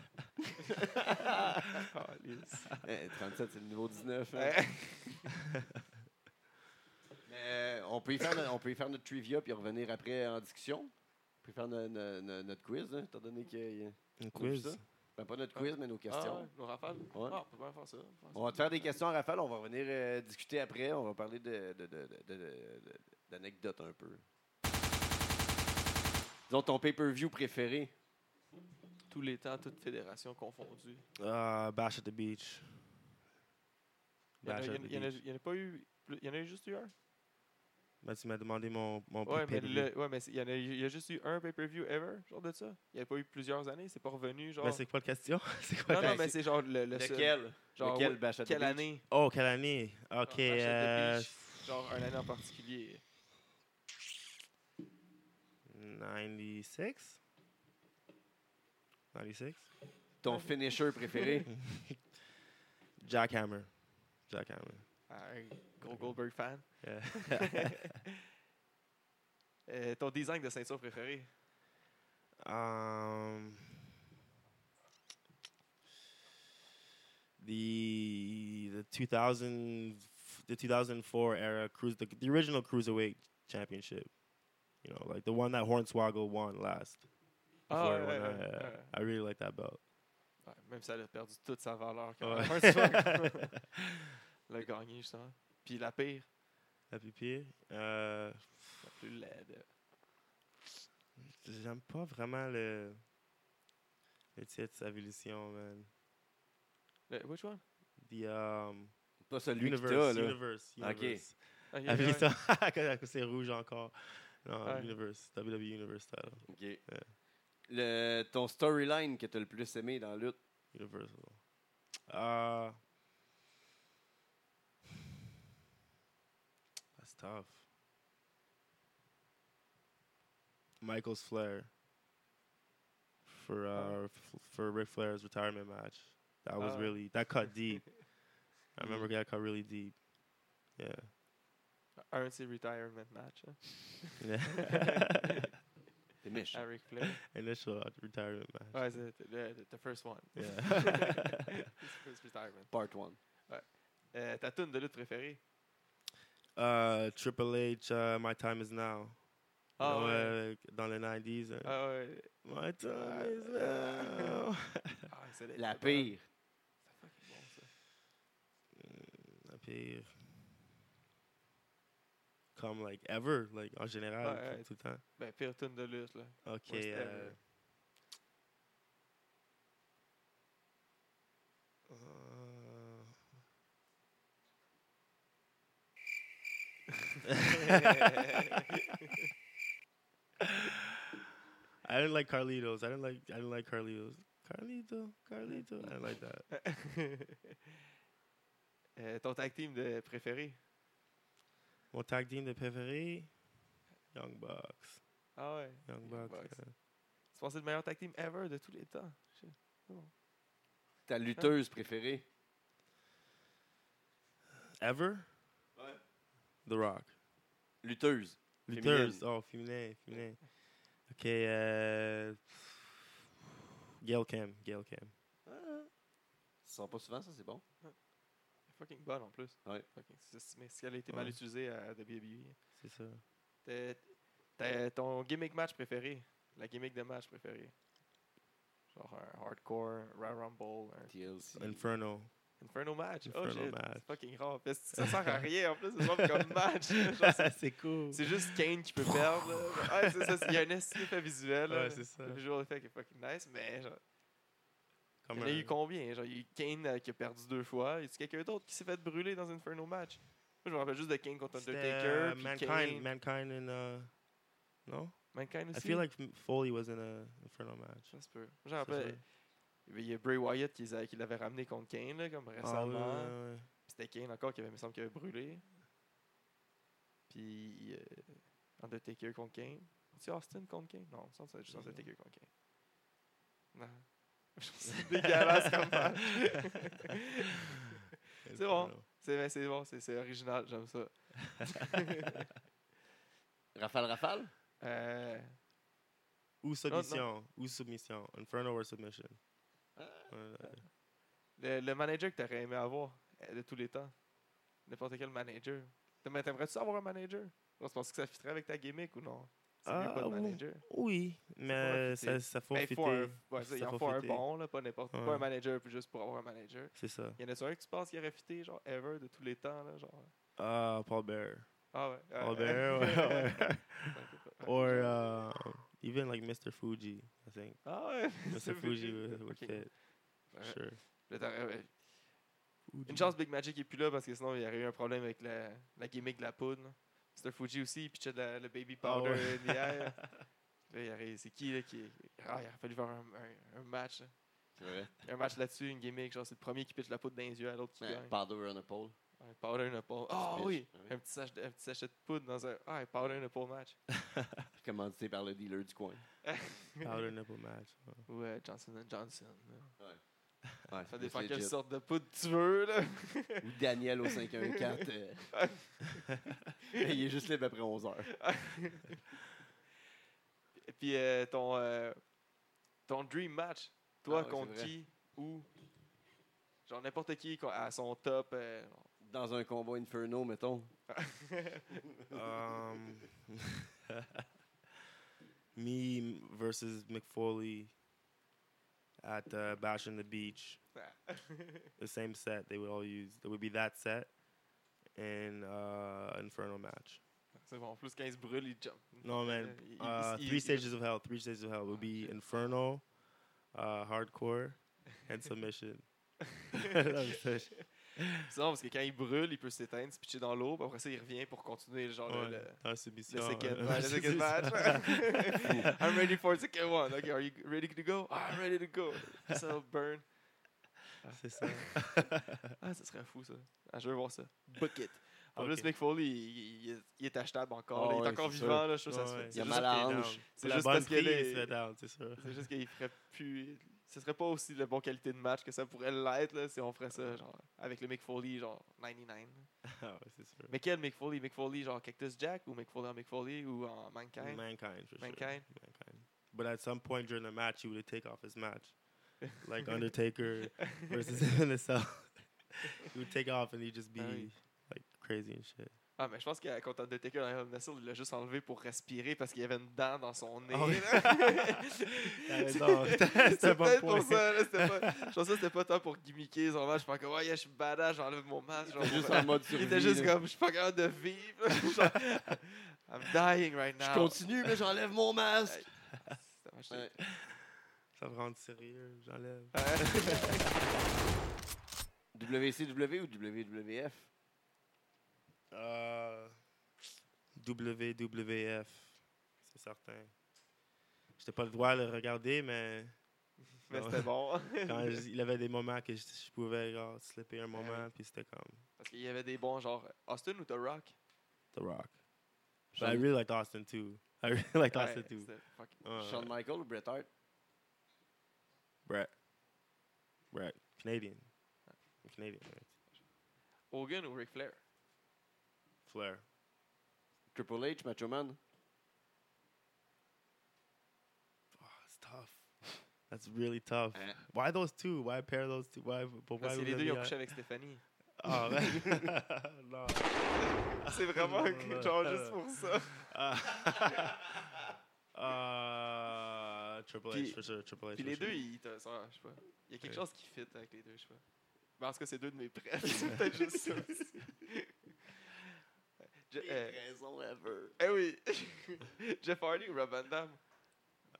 Ah,
Calice.
Eh, 37, c'est le niveau 19. hein.
Ouais.
Mais euh, on peut y faire, no- on peut y faire notre trivia puis revenir après en discussion. On peut y faire no- no- no- notre quiz, hein, étant donné qu'il y a.
Un
on a vu
quiz.
ça. Ben, pas notre quiz, mais nos
Ah,
questions.
nos rafales.
Ouais.
Ah, on peut bien faire ça. on peut faire ça.
On va te faire des questions à Raphaël, on va revenir euh, discuter après, on va parler de, de- de- de- de- de- d'anecdotes un peu. Disons ton pay-per-view préféré.
Tous les temps, toutes fédérations confondues.
Ah, Bash at the Beach.
Il y en a-
Bash at the
il y en a-
Beach.
il y en a pas eu. plus- Il y en a eu juste eu un.
Mais tu m'as demandé mon, mon
Ouais, mais,
pay-per-view.
le- ouais, mais c'est- il y en a, eu- il y a juste eu un pay-per-view ever, genre de ça. Il n'y a pas eu plusieurs années, c'est pas revenu. Genre...
Mais c'est quoi la question? c'est quoi
non,
la-
non, mais c'est genre le, le seul.
Lequel?
Genre,
Lequel
ouais,
Bash at the
Quelle
Beach?
année?
Oh, quelle année?
Genre,
Ok.
Bash at the
euh,
Beach, Genre, une année en particulier.
96? 96?
Ton finisher préféré?
Jackhammer. Jackhammer.
Un gros Goldberg fan.
Yeah.
Euh, ton design de ceinture préféré?
Um, the the 2000 the 2004 era cruise the, the original cruiserweight championship. You know, like the one that Hornswoggle won last.
Ah,
before it
ouais,
went,
ouais,
uh,
ouais.
I really like that belt.
Ouais, même si elle a perdu toute sa valeur quand
Ouais.
Hornswoggle l'a gagné, justement. Puis la pire,
Happy Pied. Euh,
la plus laide.
J'aime pas vraiment le le titre Evolution, man.
Le- which one?
The um,
Pas celui que
universe,
t'as, là.
universe,
Ok.
universe.
Ah, il y a-
Appelez
ouais.
ça quand c'est rouge encore. Non,
Ouais.
Universe, WWE Universe title.
OK. Le, ton storyline que t'as le plus aimé dans la lutte?
Universal. Uh, that's tough. Michael's Flair for uh, f- for Ric Flair's retirement match. That was
Ah.
really that cut deep. I remember that cut really deep. Yeah.
Un de ses retirement match. hein,
Yeah.
T'es méchant.
Eric Flair.
Initial uh, retirement match.
Ouais, c'est le- le- the first one.
Yeah.
His first retirement.
Part 1.
Euh, ta tune de lutte préférée?
Uh, Triple H, uh, My Time Is Now. You
Ah
know,
ouais.
uh, dans les 90s. uh,
Ah ouais.
My Time Is Now.
Ah, c'est
La
c'est bon.
pire.
C'est fucking bon, ça.
La pire. Comme, like, ever, like, en général,
Ouais, ouais.
tout le temps.
Ben, pire tune de lutte, là.
Ok.
Worst ever.
euh, euh, I didn't like Carlitos. I didn't like. I didn't like Carlitos. Carlito, Carlito. I didn't like that.
Euh, ton tag team de préféré?
Mon tag team de préféré, Young Bucks.
Ah ouais.
Young
Young
Bucks.
Bucks.
yeah.
Tu pensais le meilleur tag team ever de tous les temps? Shit.
Ta lutteuse préférée?
Ever?
Ouais.
The Rock.
Lutteuse.
Luthers. Oh, féminin, féminin. Ok. Euh, uh, Gail Kim. Gail Kim.
Ah. Ils sont pas souvent, ça, c'est bon.
Elle est fucking bonne en plus.
Ouais.
Fucking- c'est- Mais si elle a été mal
Ouais.
utilisée à WWE.
C'est ça.
T'as- t'as ton gimmick match préféré. La gimmick de match préférée. Genre un hardcore, un Royal Rumble, un
TLC.
Inferno.
Inferno match. oh
Inferno
shit,
match.
c'est fucking rare. Parce que ça sert à rien en plus, c'est genre comme match. Genre, c'est-
c'est cool.
c'est juste Kane qui peut perdre. là. Ouais, c'est ça. c'est- Il y a un esti effet visuel. là.
Ouais, c'est ça.
Le visual effect est fucking nice, mais genre, il
Comme
y en a
un-
eu combien Genre, il y a eu Kane euh, qui a perdu deux fois. Y a quelqu'un d'autre qui s'est fait brûler dans Inferno match Moi, je me rappelle juste de Kane contre
C'était,
Undertaker.
uh,
puis
mankind,
Kane.
mankind, and uh, no.
Mankind aussi.
I feel like M- Foley was in a Inferno match. uh,
Ça se peut. Je me rappelle, Il y a Bray Wyatt qui, les a- qui l'avait ramené contre Kane, là, comme
Ah, ouais,
récemment.
ouais, ouais.
Puis C'était Kane encore qui avait, me semble, qui avait brûlé. Puis euh, Undertaker contre Kane. C'est Austin contre Kane? Non, ça, c'est juste
Je sais
Undertaker contre Kane. Non. c'est dégueulasse comme match. C'est bon.
Inferno.
c'est mais c'est bon, c'est c'est original, j'aime ça.
Rafale, rafale?
Euh,
Ou
non.
submission. Ou submission. Inferno or submission. Uh, Ouais, ouais.
le, le manager que t'aurais aimé avoir euh, de tous les temps. N'importe quel manager. T'aimerais- T'aimerais-tu avoir un manager? Tu penses que ça fitterait avec ta gimmick ou non? C'est mieux
Ah,
pas de
oui.
manager.
Oui, mais
fitter.
ça, ça faut
Ben, il faut un,
fitter.
ouais, ça, il
Ça
en
faut
faut un
fitter.
bon, là, pas n'importe
Ouais.
Pas un manager, puis juste pour avoir un manager.
C'est ça.
Il y en a un que tu penses qu'il aurait fité, genre, ever, de tous les temps, là, genre.
Ah, Paul Bear.
Ah ouais.
Paul Bear. Oh, ben, ouais, ouais.
ouais.
or uh, even like Mr. Fuji, I think.
Ah ouais.
Mr. Fuji would, would
Ok.
fit, for
Ouais.
sure.
Là, t'aurais- ouais.
Fuji.
Une chance Big Magic est plus là parce que sinon il y aurait eu un problème avec la, la gimmick de la poudre. là. Mr. Fuji aussi, il pitchait de la- le baby
Ah
powder
ouais.
in the air. Là, il aurait- c'est qui là qui. Ah, il aurait fallu faire un, un- un match. là.
C'est vrai.
Un match là-dessus, une gimmick, genre c'est le premier qui pitche la poudre dans les yeux à l'autre qui gagne.
Ouais, Powder on a pole.
Un powder in a pole. Ah
Bitch.
oui!
Ah oui.
Un petit, sachet de, un petit sachet de poudre dans un. Ah, un powder in a pole match.
Commandité par le dealer du coin.
Powder nipple match. ouais.
Ou euh, Johnson Johnson. là.
Ouais,
Ça
c'est
dépend
legit.
quelle sorte de poudre tu veux, là.
Ou Daniel au 514. euh. Il est juste libre après 11 heures.
Et puis euh, ton, euh, ton dream match, toi
Ah ouais,
contre
c'est vrai.
qui ou genre n'importe qui quoi, à son top. euh,
Dans un combat Inferno, mettons.
Um, me m- versus McFoley at uh, Bash in the Beach. The same set they would all use. It would be that set and uh, Inferno match.
c'est bon, en plus quand il se brûle, il jump.
No man,
Uh, y- y-
uh,
y-
three
y-
stages of hell. Three stages of hell would be
shit.
Inferno, uh, Hardcore, and Submission. Love Submission.
C'est bon parce que quand il brûle, il peut s'éteindre, se pitcher dans l'eau, puis après ça il revient pour continuer genre le-
Ouais,
le,
dans Submission.
Le second
ouais.
match. Le second match. I'm ready for the second one. Okay, are you ready to go? Ah, I'm ready to go. So burn.
C'est ça.
Ah, ça serait fou ça. Ah, je veux voir ça. Bucket. En
Ok.
plus, Mick Foley, il, il est- il est achetable
Ah
encore. là. il est
ouais,
encore
c'est
vivant, là, je trouve que ça se
Ah Ouais,
fait.
il
C'est
a
juste
mal à la
qu'il est
hanche.
down.
C'est
C'est juste parce qu'il est-
la bonne prise, c'est down, c'est sûr.
C'est juste qu'il ferait plus. Ce serait pas aussi de bonne qualité de match que ça pourrait l'être là, si on ferait ça genre, avec le Mick Foley, genre 99.
Ah ouais, c'est sûr.
Mais quel Mick Foley Mick Foley, genre Cactus Jack ou Mick Foley en Mick Foley ou en Mankind
Mankind, for sure.
Mankind.
Mankind. But at some point during the match, he would take off his match, like Undertaker versus him in the cell. he would take off and he'd just be
Aye.
like crazy and shit.
Ah, mais je pense que contre Undertaker dans Hell in a Cell, il l'a juste enlevé pour respirer parce qu'il y avait une dent dans son nez.
Ah oui.
là.
raison,
C'est-
c'était
c'est
un bon
peut-être
point.
pour ça. là, c'était pas- je pense que c'était pas tant pour gimmicker son match. Je pense que, ouais, je suis badass, j'enlève mon masque. genre,
C'est juste
pour-
en mode
il
survie.
était juste
là.
comme, je suis pas capable de vivre. Genre, I'm dying right now. Ah,
Je continue, mais j'enlève mon masque.
C'était un match de-
Ouais.
Ça me rend sérieux, j'enlève.
WCW ou WWF?
Euh, WWF, c'est certain. J'étais pas le droit de le regarder, mais
Mais
Non.
c'était bon.
quand je- il avait des moments que je, je pouvais genre, slipper un moment, puis c'était comme
Parce qu'il y avait des bons, genre Austin ou The Rock.
The Rock. But I
Shawn,
really liked Austin too. I really liked
Ouais,
Austin too.
c'était fucking-
Uh,
Shawn Michaels ou Bret Hart?
Brett. Brett. Canadian. I'm Canadian, right?
Hogan ou Ric Flair.
Flair.
Triple H, Macho Man?
Oh, it's tough. That's really tough.
Hein?
Why those two? Why pair those two? Why? But why
Parce que
would
les
it
deux,
be
ils ont
on-
couché avec Stéphanie.
Oh, man. no.
C'est vraiment
Non,
genre
non.
juste pour ça.
Euh, Uh, uh, Triple
Puis-
H for sure. Triple H.
Puis
for
les
sure.
deux, ils te- ça, je sais pas. Il y a quelque
Ouais.
chose qui fit avec les deux, je sais pas. Mais en tout cas, c'est deux de mes prêts. c'est peut-être juste ça. aussi. Je- euh,
raison, ever.
eh oui! Jeff Hardy ou Rob Van Damme?
Uh,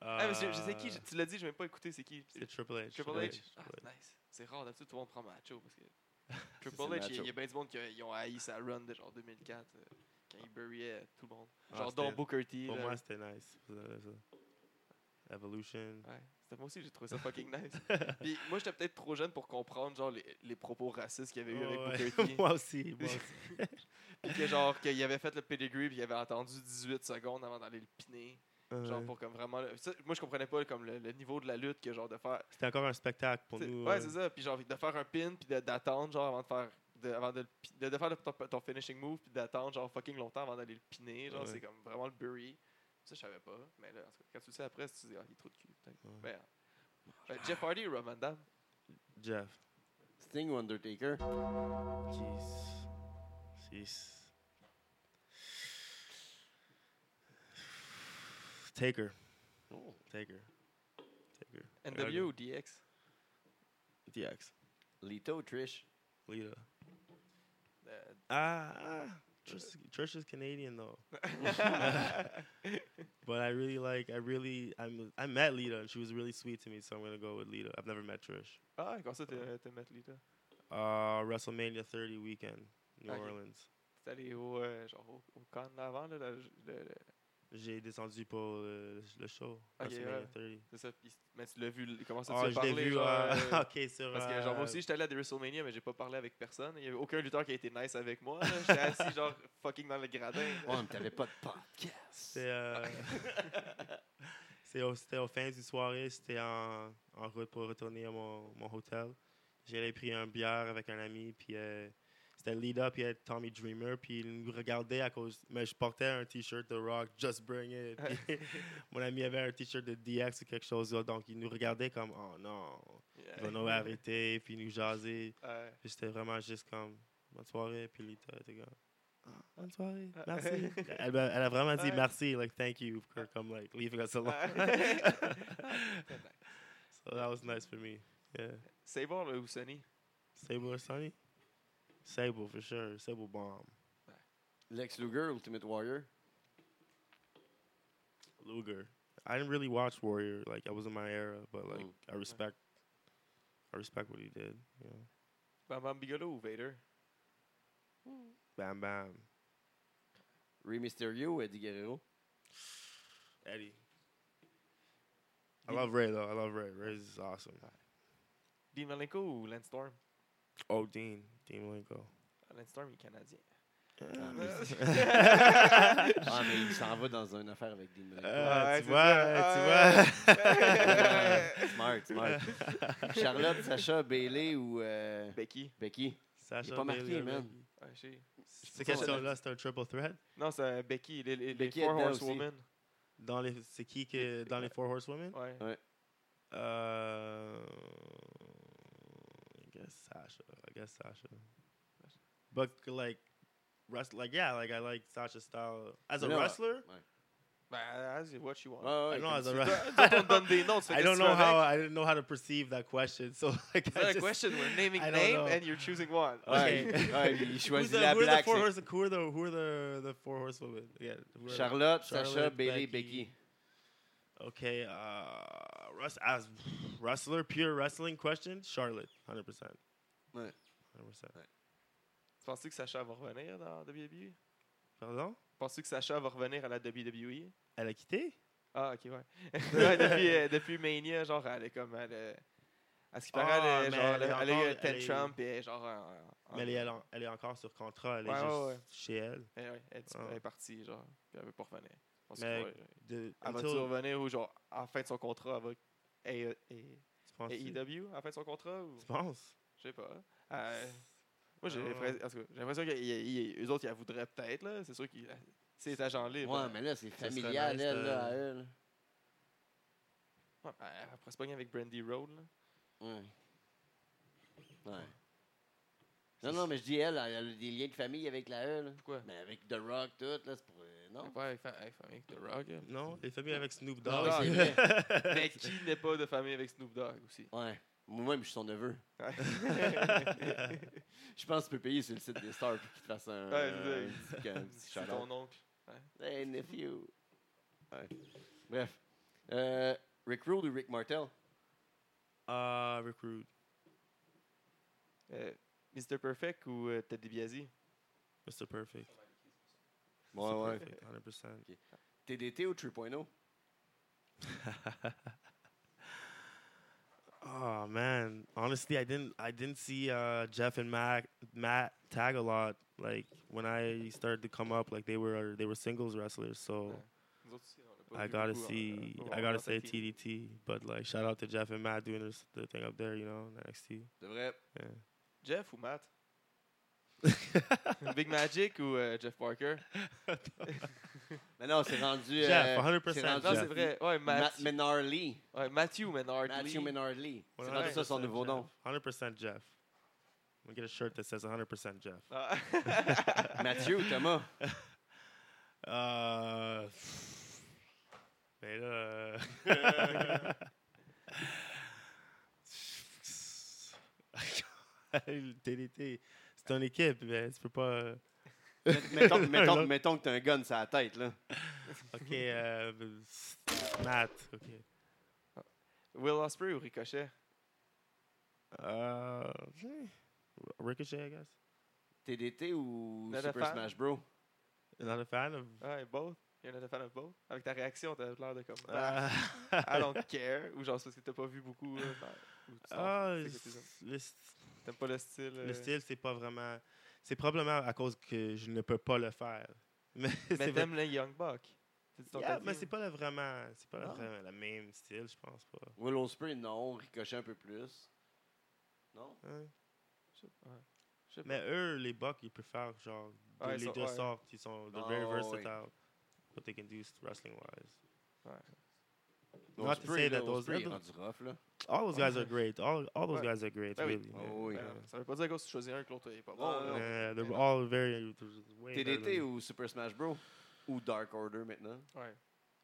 Ah, mais je, je sais qui, je- tu l'as dit, je vais même pas écouter, c'est qui?
C'est Triple H.
Triple H. Ah,
Triple H.
nice. C'est rare, d'habitude, tout le monde prend Macho. Parce que Triple
c'est
H, il y a-
Macho.
il y a bien du monde qui a- ils ont haï sa run de genre 2004, euh, quand il buryait tout le monde.
Ah,
Genre
c'était-
Don Booker T.
Pour
là.
moi, c'était nice. Ça, ça. Evolution.
Ouais, c'était moi aussi, j'ai trouvé ça fucking nice. Puis moi, j'étais peut-être trop jeune pour comprendre genre les, les propos racistes qu'il y avait eu avec
Ouais.
Booker T.
moi aussi. Moi aussi.
Puis que genre qu'il avait fait le pedigree puis il avait attendu 18 secondes avant d'aller le piner. Genre
Ouais.
pour comme vraiment. le- ça, moi, je comprenais pas comme le, le niveau de la lutte que genre de faire.
C'était encore un spectacle pour
T'sais,
nous.
ouais,
euh,
c'est ça. Puis genre de faire un pin puis de- d'attendre genre avant de faire. De, avant de, le pi- de, de faire le- ton, ton finishing move puis d'attendre genre fucking longtemps avant d'aller le piner. Genre
Ouais.
c'est comme vraiment le bury. Ça, je savais pas. Mais là, en tout cas, quand tu le sais après, tu te dis, ah, il est trop de cul. peut-être.
Ouais. Ah,
Mais, euh, ben, Jeff Hardy ou Rob Van Damme?
Jeff.
Sting ou Undertaker?
Jeez. Jeez. Taker.
Oh.
Taker. Taker.
NW ou DX?
DX.
Lito, Trish.
Lita.
Euh,
Ah. ah, Trish, Trish is Canadian though, but I really like. I really. I'm, I met Lita and she was really sweet to me, so I'm gonna go with Lita. I've never met Trish.
ah, comme ça, t'es t'es Matt Lita.
Uh, WrestleMania 30 weekend, New
Okay.
Orleans.
T'es allé au, euh, genre, au, au camp de l'avant, là, le- le- le-
J'ai descendu pour le, le show.
Ok,
WrestleMania
ouais.
30.
c'est ça. pis- mais tu l'as vu, l- comment ça,
Ah,
tu as
je l'ai
parlé?
vu.
genre,
euh,
euh,
ok, sur.
parce que, genre, moi
euh,
aussi, j'étais allé à des WrestleMania, mais j'ai pas parlé avec personne. Il y avait aucun lutteur qui a été nice avec moi. là. J'étais assis, genre, fucking dans le gradin. là.
Oh, mais t'avais pas de podcast.
C'est euh, c'est au- c'était aux fins du soirée, c'était en, en route pour retourner à mon, mon hôtel. J'allais pris un bière avec un ami, puis euh, c'était Lida, puis euh, Tommy Dreamer, puis il nous regardait à cause. Mais je portais un t-shirt de Rock, Just Bring It. puis mon ami avait un t-shirt de DX ou quelque chose d'autre, donc il nous regardait comme oh non,
Yeah.
ils vont nous arrêter, puis nous jaser.
Ouais.
Puis c'était vraiment juste comme bonne soirée, puis Lita était comme Ah, bonne soirée,
Ah.
merci. elle, m'a- elle a vraiment dit
Ouais.
merci, like thank you for come like leaving us alone.
Ah.
so that was nice for me. Yeah,
Sabre là, ou Sonny?
Sable or Sonny? Sable for sure. Sable bomb.
Lex Luger, Ultimate Warrior.
Luger. I didn't really watch Warrior, like I was in my era, but like
Mm.
I respect, I respect what he did. You know,
Bam Bam Bigelow ou Vader?
bam bam.
Rey Mysterio ou Eddie Guerrero?
Eddie. I
Dean-
love Ray though. I love Ray. Ray's awesome.
Dean Malenko ou Lance Storm?
Oh, Dean. Dean Malenko.
Ah, Lance Storm, il est canadien.
Ah, mais- ah, mais il s'en va dans une affaire avec Dean Malenko.
Ah,
Ouais,
tu
c'est
vois,
ça.
tu vois.
Ah, smart, smart. Charlotte, Sacha, Bailey ou euh,
Becky?
Becky?
Sacha
pas marqué,
Bailey,
man.
Becky.
Ouais, je sais.
Ces
pas sûr.
questions-là, c'est un uh, triple threat.
Non, c'est euh, Becky, les, les,
Becky
les Four
est dedans aussi.
Horsewomen.
Dans les, c'est qui que dans les Four Horsewomen?
Ouais.
Euh, I guess Sasha. I guess Sasha. But like, rest, like yeah, like I like Sasha's style as a
No.
wrestler.
Ben, as you- what you want.
Ah,
I
ouais,
know
comme
as a
si-
Toi-
wrestler.
toi, on te donne des noms, tu fais qu'est-ce
I don't
que
know
tu veux
how
avec.
I didn't know how to perceive that question, so like
It's not
I
a
just,
question. We're naming
I don't
name
know.
and you're choosing one.
Ouais,
Okay.
ouais, il
Who's
choisit
the,
la
who, are the
blague.
four
c'est
horse, who are the who are the the four horsewomen? Yeah, who are-
Charlotte, Sacha,
Charlotte,
Bailey,
Becky.
Becky.
Okay, uh, Russ, as wrestler, pure wrestling question, Charlotte, hundred percent.
Ouais.
Hundred percent.
Tu penses-tu que Sacha va revenir dans WWE?
Pardon?
Penses-tu que Sacha va revenir à la WWE?
Elle a quitté?
Ah, ok, ouais. Ouais, depuis, euh, depuis Mania, genre, elle est comme. Elle, euh, à ce qui paraît,
Ah,
elle, est
mais
genre,
elle
elle, elle a eu
est
un
encore- elle est-
tantrum, puis elle est genre. en-
Ah
en-
Mais elle est, en- elle est encore sur contrat, elle est
Ouais,
juste
ouais, ouais.
chez elle.
Elle, ouais, elle dit-
Ah.
elle est partie, genre, puis elle veut pas revenir. Je pense
Mais-
qu'il va-
De,
Elle va-tu
until-
revenir ou genre à la fin de son contrat avec A- A- E
tu penses-
AEW à la fin de son contrat ou
tu penses?
je sais pas. Euh, moi j'ai
Ah.
l'impression- en tout cas, j'ai l'impression qu'eux autres ils la voudraient peut-être là, c'est sûr qu'ils c'est agents libres.
Ouais, mais là, c'est
serait
familial,
nice
elle,
de-
là, à elle.
Ouais, ben, elle pourrait se pogner avec Brandy Road. Là.
Ouais. Ouais. Non, non, mais je dis elle, elle a des liens de famille avec la E. Là.
Pourquoi?
Mais avec The Rock, tout, là, c'est pour. euh,
Elle est
non?
pas avec, fa- avec famille avec The Rock. elle.
Non, les familles avec Snoop
Ah
Dogg.
oui, c'est vrai.
Mais qui n'est pas de famille avec Snoop Dogg aussi?
Ouais. Moi-même, je suis son neveu.
Ouais. Euh,
Je pense que tu peux payer sur le site des stars pour qu'il te fasse un,
Ouais,
un
c'est
petit, un petit
C'est
shout-out.
ton oncle.
Hey, nephew. Ouais. Bref. Euh, Rick Rude ou Rick Martel?
Ah, recruit.
Euh, Mr. Perfect ou euh, Ted DiBiase?
Mr. Perfect.
Ouais,
Mr.
ouais.
Perfect, 100%.
TDT ou 3.0?
Oh man, honestly, I didn't I didn't see uh, Jeff and Mac, Matt tag a lot. Like when I started to come up, like they were they were singles wrestlers. So
Nous autres aussi, on l'a pas
I
vu
gotta
beaucoup hein, en-
see,
en-
I
en
gotta say
tag team.
TDT. But like shout out to Jeff and Matt doing this, the thing up there, you know, in NXT.
C'est vrai.
Jeff ou Matt? Big Magic ou euh, Jeff Parker?
Mais non, c'est rendu. euh,
Jeff, 100%
c'est rendu-
Non,
Ah, Jeff.
c'est vrai. Ouais,
Matt
Matt.
Menard Lee.
ouais, Matthew Menard.
Matthew
Lee.
Menard Lee. C'est
Ouais,
rendu
ouais.
ça son nouveau nom.
Hundred percent Jeff. I'm gonna get a shirt that says 100 percent Jeff.
Ah.
Mathieu ou Thomas?
Uh, mais Ben là, euh. Le TDT, c'est ton équipe, mais tu peux pas.
mettons, mettons, mettons que t'as un gun sur la tête, là.
Ok, euh, Matt, ok.
Will Osprey ou Ricochet?
Euh, hmm, Ricochet, I guess.
TDT ou
Notre
Super
fan.
Smash Bros?
Not a fan of.
Ouais, both. Il y en a des fans of both. Avec ta réaction, t'as l'air de comme. Ah,
Euh,
I don't care. Ou genre, c'est parce que t'as pas vu beaucoup. euh, ben, ou tu t'en
ah,
fous, c'est que t'es-
le,
T'aimes pas le style.
le
euh,
style, c'est pas vraiment. C'est probablement à cause que je ne peux pas le faire. Mais,
Mais
c'est vrai-
t'aimes les Young Bucks. C'est ton
Yeah,
tag
mais
team.
c'est pas le vraiment, c'est pas le
Non.
vraiment le même style, je pense pas.
Willow Spray, non. Ricochet un peu plus. Non?
Hein?
Je sais pas, ouais. Je sais pas.
Mais eux, les Bucks, ils préfèrent genre de-
Ouais, ils
les
sont-
deux
ouais. Ah,
sortes, ils sont they're very
Oh, ouais.
versatile. What they can do wrestling wise.
Willow
Not to
Ospreay,
say that
là,
those-
Ospreay est rendu rough, là.
All those
Ouais.
guys are great. All all those
Ouais.
guys are great,
Ben oui.
really.
Oh,
yeah.
oui.
Ben, Ça veut pas dire que si tu choisis un que l'autre est pas bon.
Ah,
Non,
là.
non.
Yeah,
Ben
they're
non.
all very way better
TDT
than-
ou Super Smash Bros? Ou Dark Order maintenant?
Ouais.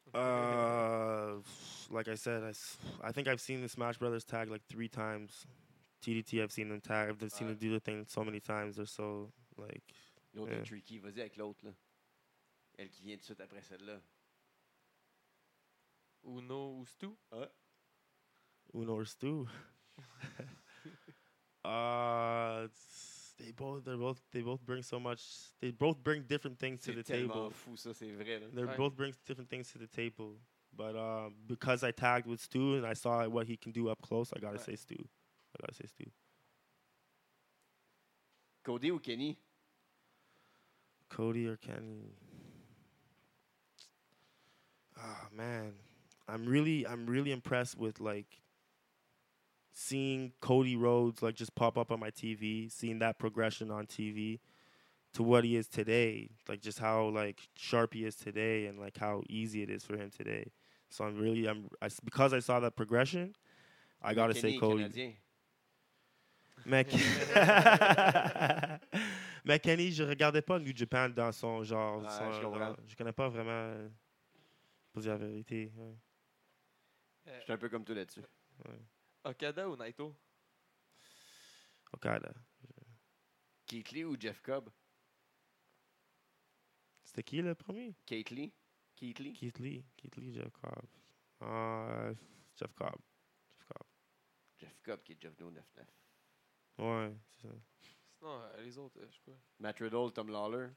Uh, like I said, I, s- I think I've seen the Smash Brothers tag like three times. TDT, I've seen them tag. I've seen
Ouais.
them do the thing so many times. They're so like
L'autre
Euh.
est tricky. Vas-y avec l'autre, là. Elle qui vient tout de suite après celle-là.
Ou No ou Stu.
Uno or Stu. uh, s- they both they both they both bring so much. They both bring different things to
C'est
the
tellement
table.
fou, ça, c'est vrai. Là.
They
Right.
both bring different things to the table. But uh, because I tagged with Stu and I saw what he can do up close, I gotta
Right.
say Stu. I gotta say Stu.
Cody ou Kenny?
Cody or Kenny? Ah man, I'm really I'm really impressed with like seeing Cody Rhodes like just pop up on my TV, seeing that progression on TV to what he is today, like just how like sharp he is today and like how easy it is for him today. So I'm really I'm I s because I saw that progression, I got to
Kenny
say
est
Cody.
Canadien.
Mais, mais Kenny, je regardais pas New Japan dans son genre.
Ouais,
son-
je comprends.
dans- je connais pas vraiment. euh, Pour dire la vérité. ouais.
Je suis un peu comme toi là-dessus.
Euh, Okada ou Naito?
Okada.
Keith Lee ou Jeff Cobb?
C'était qui le premier
Kate Lee? Keith Lee?
Keith Lee. Keith Lee, Jeff Cobb. Ah, Jeff Cobb. Jeff Cobb.
Jeff Cobb qui est Jeff No 99.
Ouais, c'est ça.
Sinon, euh, les autres, euh, je sais pas.
Matt Riddle, Tom Lawler.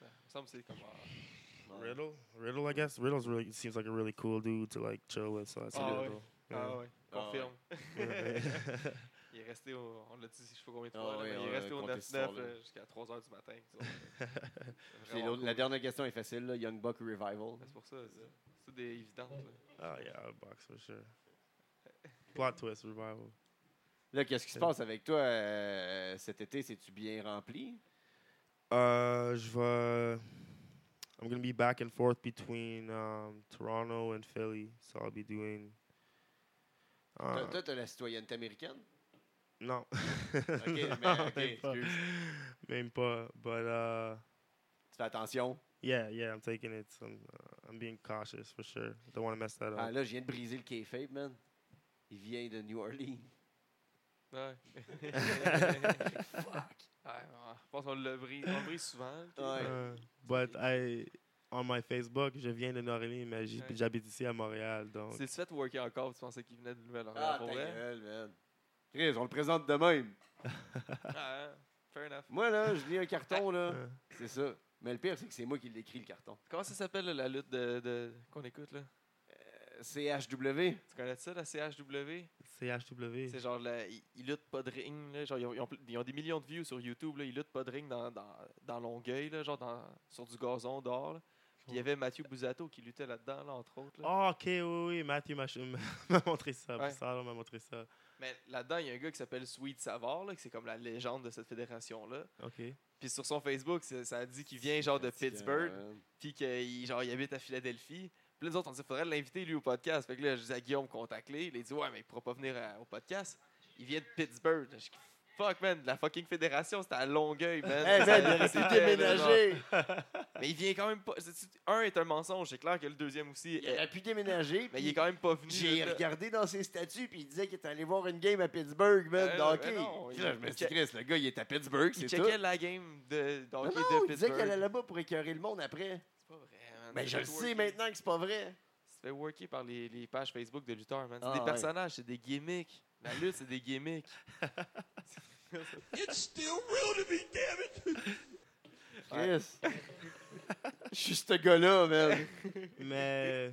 Ben, il me semble que c'est comme. euh,
Riddle? Riddle, I guess. Riddle's really seems like a really cool dude to like chill with, so I say
Ah, ouais.
Riddle.
Ah ouais,
Ah ouais.
confirme.
Ouais.
il est resté au. On l'a dit, je sais pas combien de
Ah
fois, là,
ouais,
mais
on
il
a
est resté au
compté
9-9
cette histoire-là.
euh, jusqu'à 3h du matin. disons.
Puis
Vraiment
l'autre- La
cool.
dernière question est facile, là. Young Buck ou Revival?
Ouais, C'est pour ça, c'est- c'est des évidentes. là.
Oh yeah, I'll box for sure. Plot twist, revival.
Là, qu'est-ce qui se
Euh.
passe avec toi euh, cet été? C'est-tu bien rempli?
Euh, je vais. I'm gonna be back and forth between um, Toronto and Philly, so I'll be doing.
Toi-
Uh,
Toi, t'as la citoyenneté américaine?
non.
mais- ok,
même pas.
excuse.
Même pas. But uh,
Tu fais attention.
yeah, yeah, I'm taking it. So I'm, uh, I'm being cautious for sure. Don't want to mess that
Ah,
up.
là, je viens de briser le kayfabe, man. Il vient de New Orleans.
Ouais. Fuck. je pense qu'on le brise, on le brise souvent. le
Ouais.
Québec.
Uh, but I on my Facebook, je viens de Norélie, mais j'y-
Ouais.
j'habite ici à Montréal, donc.
C'est le fait de worker encore, tu pensais qu'il venait de Nouvelle-Orléans
Ah, ta
pour vrai?
gueule, man. Chris, on le présente de même.
Ah, hein. fair enough.
Moi, là, je lis un carton, là.
Uh,
C'est ça. Mais le pire, c'est que c'est moi qui l'écris, le carton.
Comment ça s'appelle là, la lutte de, de- qu'on écoute là?
Euh, CHW.
Tu connais ça, la CHW?
CHW.
C'est genre, la- ils, ils luttent pas de ring. Là. Genre, ils, ont, ils ont pl- ils ont des millions de vues sur YouTube. Là. Ils luttent pas de ring dans, dans, dans Longueuil, là, genre dans, sur du gazon dehors. là. Puis il y avait Mathieu Bouzato qui luttait là-dedans, là, entre autres. là.
Ah, ok, oui, oui, Mathieu m'a ch- m'a montré ça.
Ouais.
Pissarro m'a montré ça.
Mais là-dedans, il y a un gars qui s'appelle Sweet Savard, là, qui c'est comme la légende de cette fédération-là.
Ok.
Puis sur son Facebook, ça ça dit qu'il vient genre de
Fatigant,
Pittsburgh,
man.
puis qu'il genre, il habite à Philadelphie. Puis les autres, on dit faudrait l'inviter lui au podcast. Fait que là, je dis à Guillaume contacter. Il a dit ouais, mais il pourra pas venir à- au podcast. Il vient de Pittsburgh. Je dis, Fuck man, la fucking fédération, c'était à Longueuil, man.
Hey, man, il aurait
C'était,
pu
là, genre.
déménager.
Mais il vient quand même pas. c'est- Un est un mensonge, c'est clair que le deuxième aussi.
Il
est-
aurait pu déménager.
mais il est
puis
quand même pas venu.
J'ai
là.
regardé dans ses statuts, puis il disait qu'il était allé voir une game à Pittsburgh, man,
Euh,
de
mais
hockey.
non,
Puis
il-
là, je me suis dit,
il
Chris, le gars, il est à Pittsburgh,
Il
c'est tout.
checkait la game de de
Non,
hockey
non,
de
il disait qu'il allait
Pittsburgh.
là-bas pour écœurer le monde après.
C'est pas vrai, man.
Mais
Tu
je
fais
le sais
twerker.
maintenant que c'est pas vrai.
Tu te fais worker par les, les pages Facebook de lutteurs, man. C'est
Ah,
des
ouais.
personnages, c'est des gimmicks. La lutte, c'est des gimmicks.
Chris. Je suis ce gars-là, man.
Mais.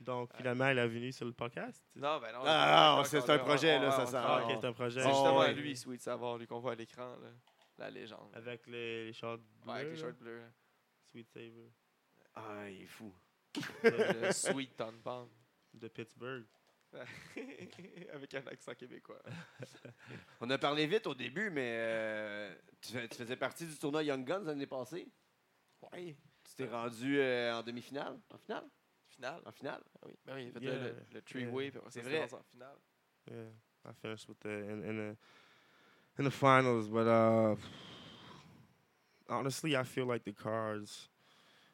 Donc,
Ah.
finalement, elle est venue sur le podcast.
Non, ben non.
Ah, non,
c'est
c'est- c'est un projet, là, ça sert à
Ah,
non.
ok, c'est un projet.
C'est justement
ouais.
lui, Sweet Savard, lui qu'on voit à l'écran, là. La légende.
Avec les, les shorts bleus.
Ouais, avec les
là.
shorts bleus. là.
Sweet Saver.
Ah, il est fou.
de,
Le Sweet Ton Bomb.
de Pittsburgh.
avec un accent québécois.
On a parlé vite au début, mais euh, tu, fais- tu faisais partie du tournoi Young Guns l'année passée.
Ouais.
Tu t'es rendu euh, en demi-finale? En finale?
Finale.
En finale?
Ah oui. Ben oui, il a fait
Yeah.
le, le three-way, puis après ça,
C'est
c'est
vrai.
en finale.
Yeah. I finished with the in, in the in the finals, but uh honestly I feel like the cards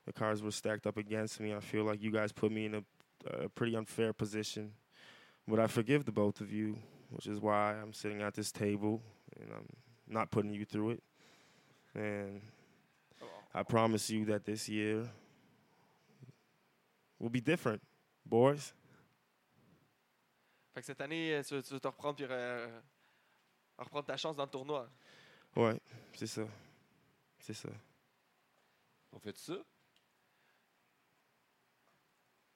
the cards were stacked up against me. I feel like you guys put me in a, a pretty unfair position. But I forgive the both of you, which is why I'm sitting at this table and I'm not putting you through it. And
Oh,
I promise you that this year will be different, boys.
Fait que cette année, euh, tu veux, tu veux te reprendre, puis euh, reprendre ta chance dans le tournoi.
Ouais, c'est ça. C'est ça.
On fait ça?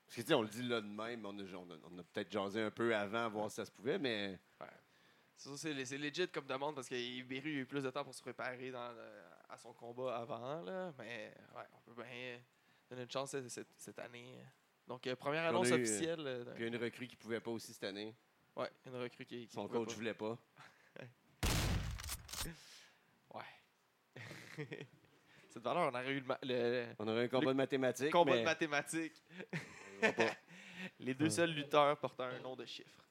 Parce que, tu sais, on le dit là de même, on a, on a- on a peut-être jasé un peu avant, voir si ça se pouvait, mais
C'est ça, c'est c'est legit comme demande parce que Beru a eu plus de temps pour se préparer dans le- à son combat avant. Là, mais ouais, on peut bien donner une chance cette, cette- cette année. Donc, euh, première
Puis on a
annonce
eu, euh,
officielle. euh, d'un-
puis il y a une recrue qui pouvait pas aussi cette année.
ouais, une recrue qui. qui
Son
pouvait
coach
pas.
voulait pas.
Ouais. cette valeur, on aurait eu le, ma- le- le
On aurait un combat de mathématiques.
combat
mais
de mathématiques.
on va pas.
Les deux
Ouais.
seuls lutteurs portant un nom de chiffre.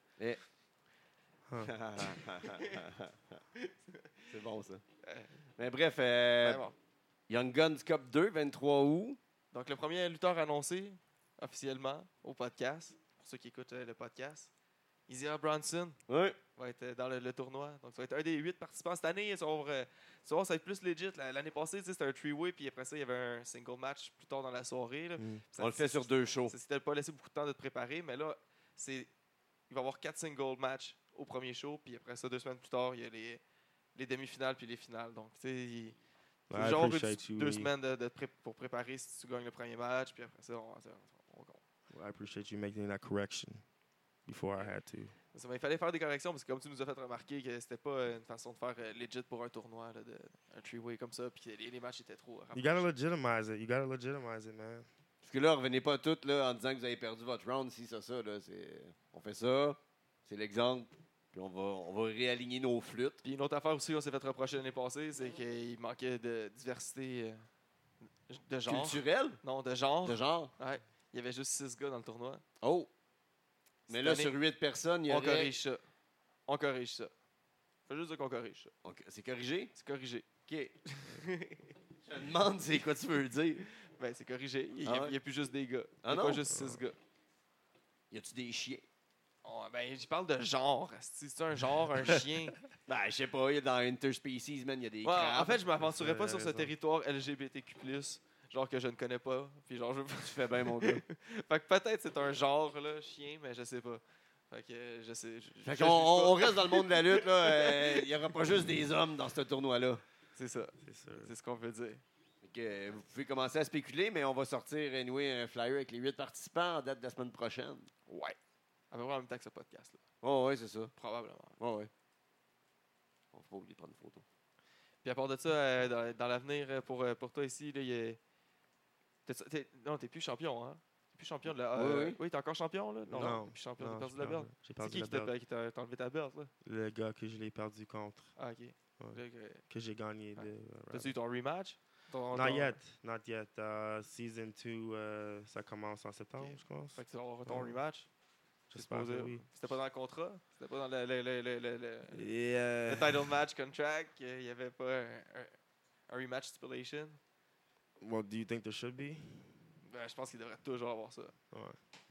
c'est bon, ça.
Euh,
Mais bref, euh,
Ouais, bon.
Young Guns Cup 2, 23 août.
Donc, le premier lutteur annoncé officiellement au podcast, pour ceux qui écoutent euh, le podcast, Izzy Bronson.
Ouais.
va être euh, dans le, le tournoi. Donc, ça va être un des huit participants cette année. Ça va, avoir, euh, ça va- ça va être plus legit. La- L'année passée, tu sais, c'était un three-way, puis après ça, il y avait un single match plus tard dans la soirée. là.
Mm.
Ça-
On le fait sur deux shows.
Ça s'était pas laissé beaucoup de temps de te préparer, mais là, c'est il va y avoir quatre single matchs au premier show, puis après ça, deux semaines plus tard, il y a les, les demi-finales puis les finales. Donc, tu sais, il- faut
I
genre une-
appreciate you.
deux
Lee.
semaines de, de pré- pour préparer si tu gagnes le premier match, puis après ça, on, on- on-
I appreciate you making that correction before I had to.
Ça, mais il fallait faire des corrections parce que comme tu nous as fait remarquer que c'était pas euh, une façon de faire euh, legit pour un tournoi, là, de, un three-way comme ça, puis que les, les matchs étaient trop euh,
You
rapprochés.
gotta legitimize it. You gotta legitimize it, man.
Parce que là, revenez pas toutes là, en disant que vous avez perdu votre round, si ça, ça. Là, c'est- on fait ça, c'est l'exemple, puis on va, on va réaligner nos flûtes.
Puis une autre affaire aussi qu'on s'est fait reprocher l'année passée, c'est qu'il manquait de diversité euh, De genre.
Culturel?
Non, de genre.
De genre?
Ouais. Il y avait juste 6 gars dans le tournoi.
Oh! Mais
Cette
là,
année,
sur huit personnes, il y
on
aurait...
corrige ça. On corrige ça. Faut juste dire qu'on corrige ça.
Ok, C'est corrigé?
C'est corrigé.
OK. Je me demande c'est quoi tu veux dire.
Ben, c'est corrigé. Il n'y
Ah
a,
ouais?
il y a plus juste des gars. Il
Ah
n'y a
non?
pas juste 6 gars.
Y a-tu des chiens?
Oh, ben, je parle de genre. asti. C'est un genre, un chien.
Ben, je sais pas, y a dans Interspecies, man, y a des
Ouais,
crabes. hein.
en fait, je m'aventurerais pas
Ça,
sur ce
raison.
territoire LGBTQ+, genre que je ne connais pas. Puis genre, je veux
tu fais bien, mon gars.
Fait que peut-être c'est un genre, là, chien, mais je sais pas. Fait que euh, je sais. je- je-
Fait
je
qu'on
juge
on- on
pas.
reste dans le monde de la lutte, là. euh, y aura pas juste des hommes dans ce tournoi-là.
C'est ça,
C'est sûr.
c'est ce qu'on veut dire.
Fait que, euh, vous pouvez commencer à spéculer, mais on va sortir, anyway, un flyer avec les huit participants en date de la semaine prochaine.
Ouais. À peu près en même temps que ce podcast, là.
Oh, ouais, c'est ça.
Probablement.
Ouais, ouais. On va pas oublier de prendre une photo.
Puis à part de ça, euh, dans, dans l'avenir, euh, pour, euh, pour toi ici, là, il y a. t'as- t'es- non, t'es plus champion, hein? T'es plus champion de la.
Oui,
euh,
oui.
t'es encore champion, là?
Non.
t'es plus champion,
Non,
t'as perdu
j'ai
la
perdu.
belt.
J'ai
C'est
perdu
qui
la
qui t'a
belt.
qui t'a- t'a enlevé ta belt, là?
Le gars que je l'ai perdu contre,
Ah, ok. Là, que-
que j'ai gagné.
Ouais.
le-
T'as-tu eu ton rematch? Ton-
Not
ton-
yet, not yet. Uh, season 2, euh, ça commence en septembre,
Ok.
je pense.
Fait que tu vas avoir ton
Ouais.
rematch? c'est
J'espère que
supposé-
oui.
C'était pas dans le contrat? C'était pas dans le- le- le- le- le- le...
Et, euh,
le title match contract, euh, il n'y avait pas un, un- un rematch stipulation.
well, do you think there should be?
Ben, je pense qu'il devrait toujours avoir ça.
Ouais.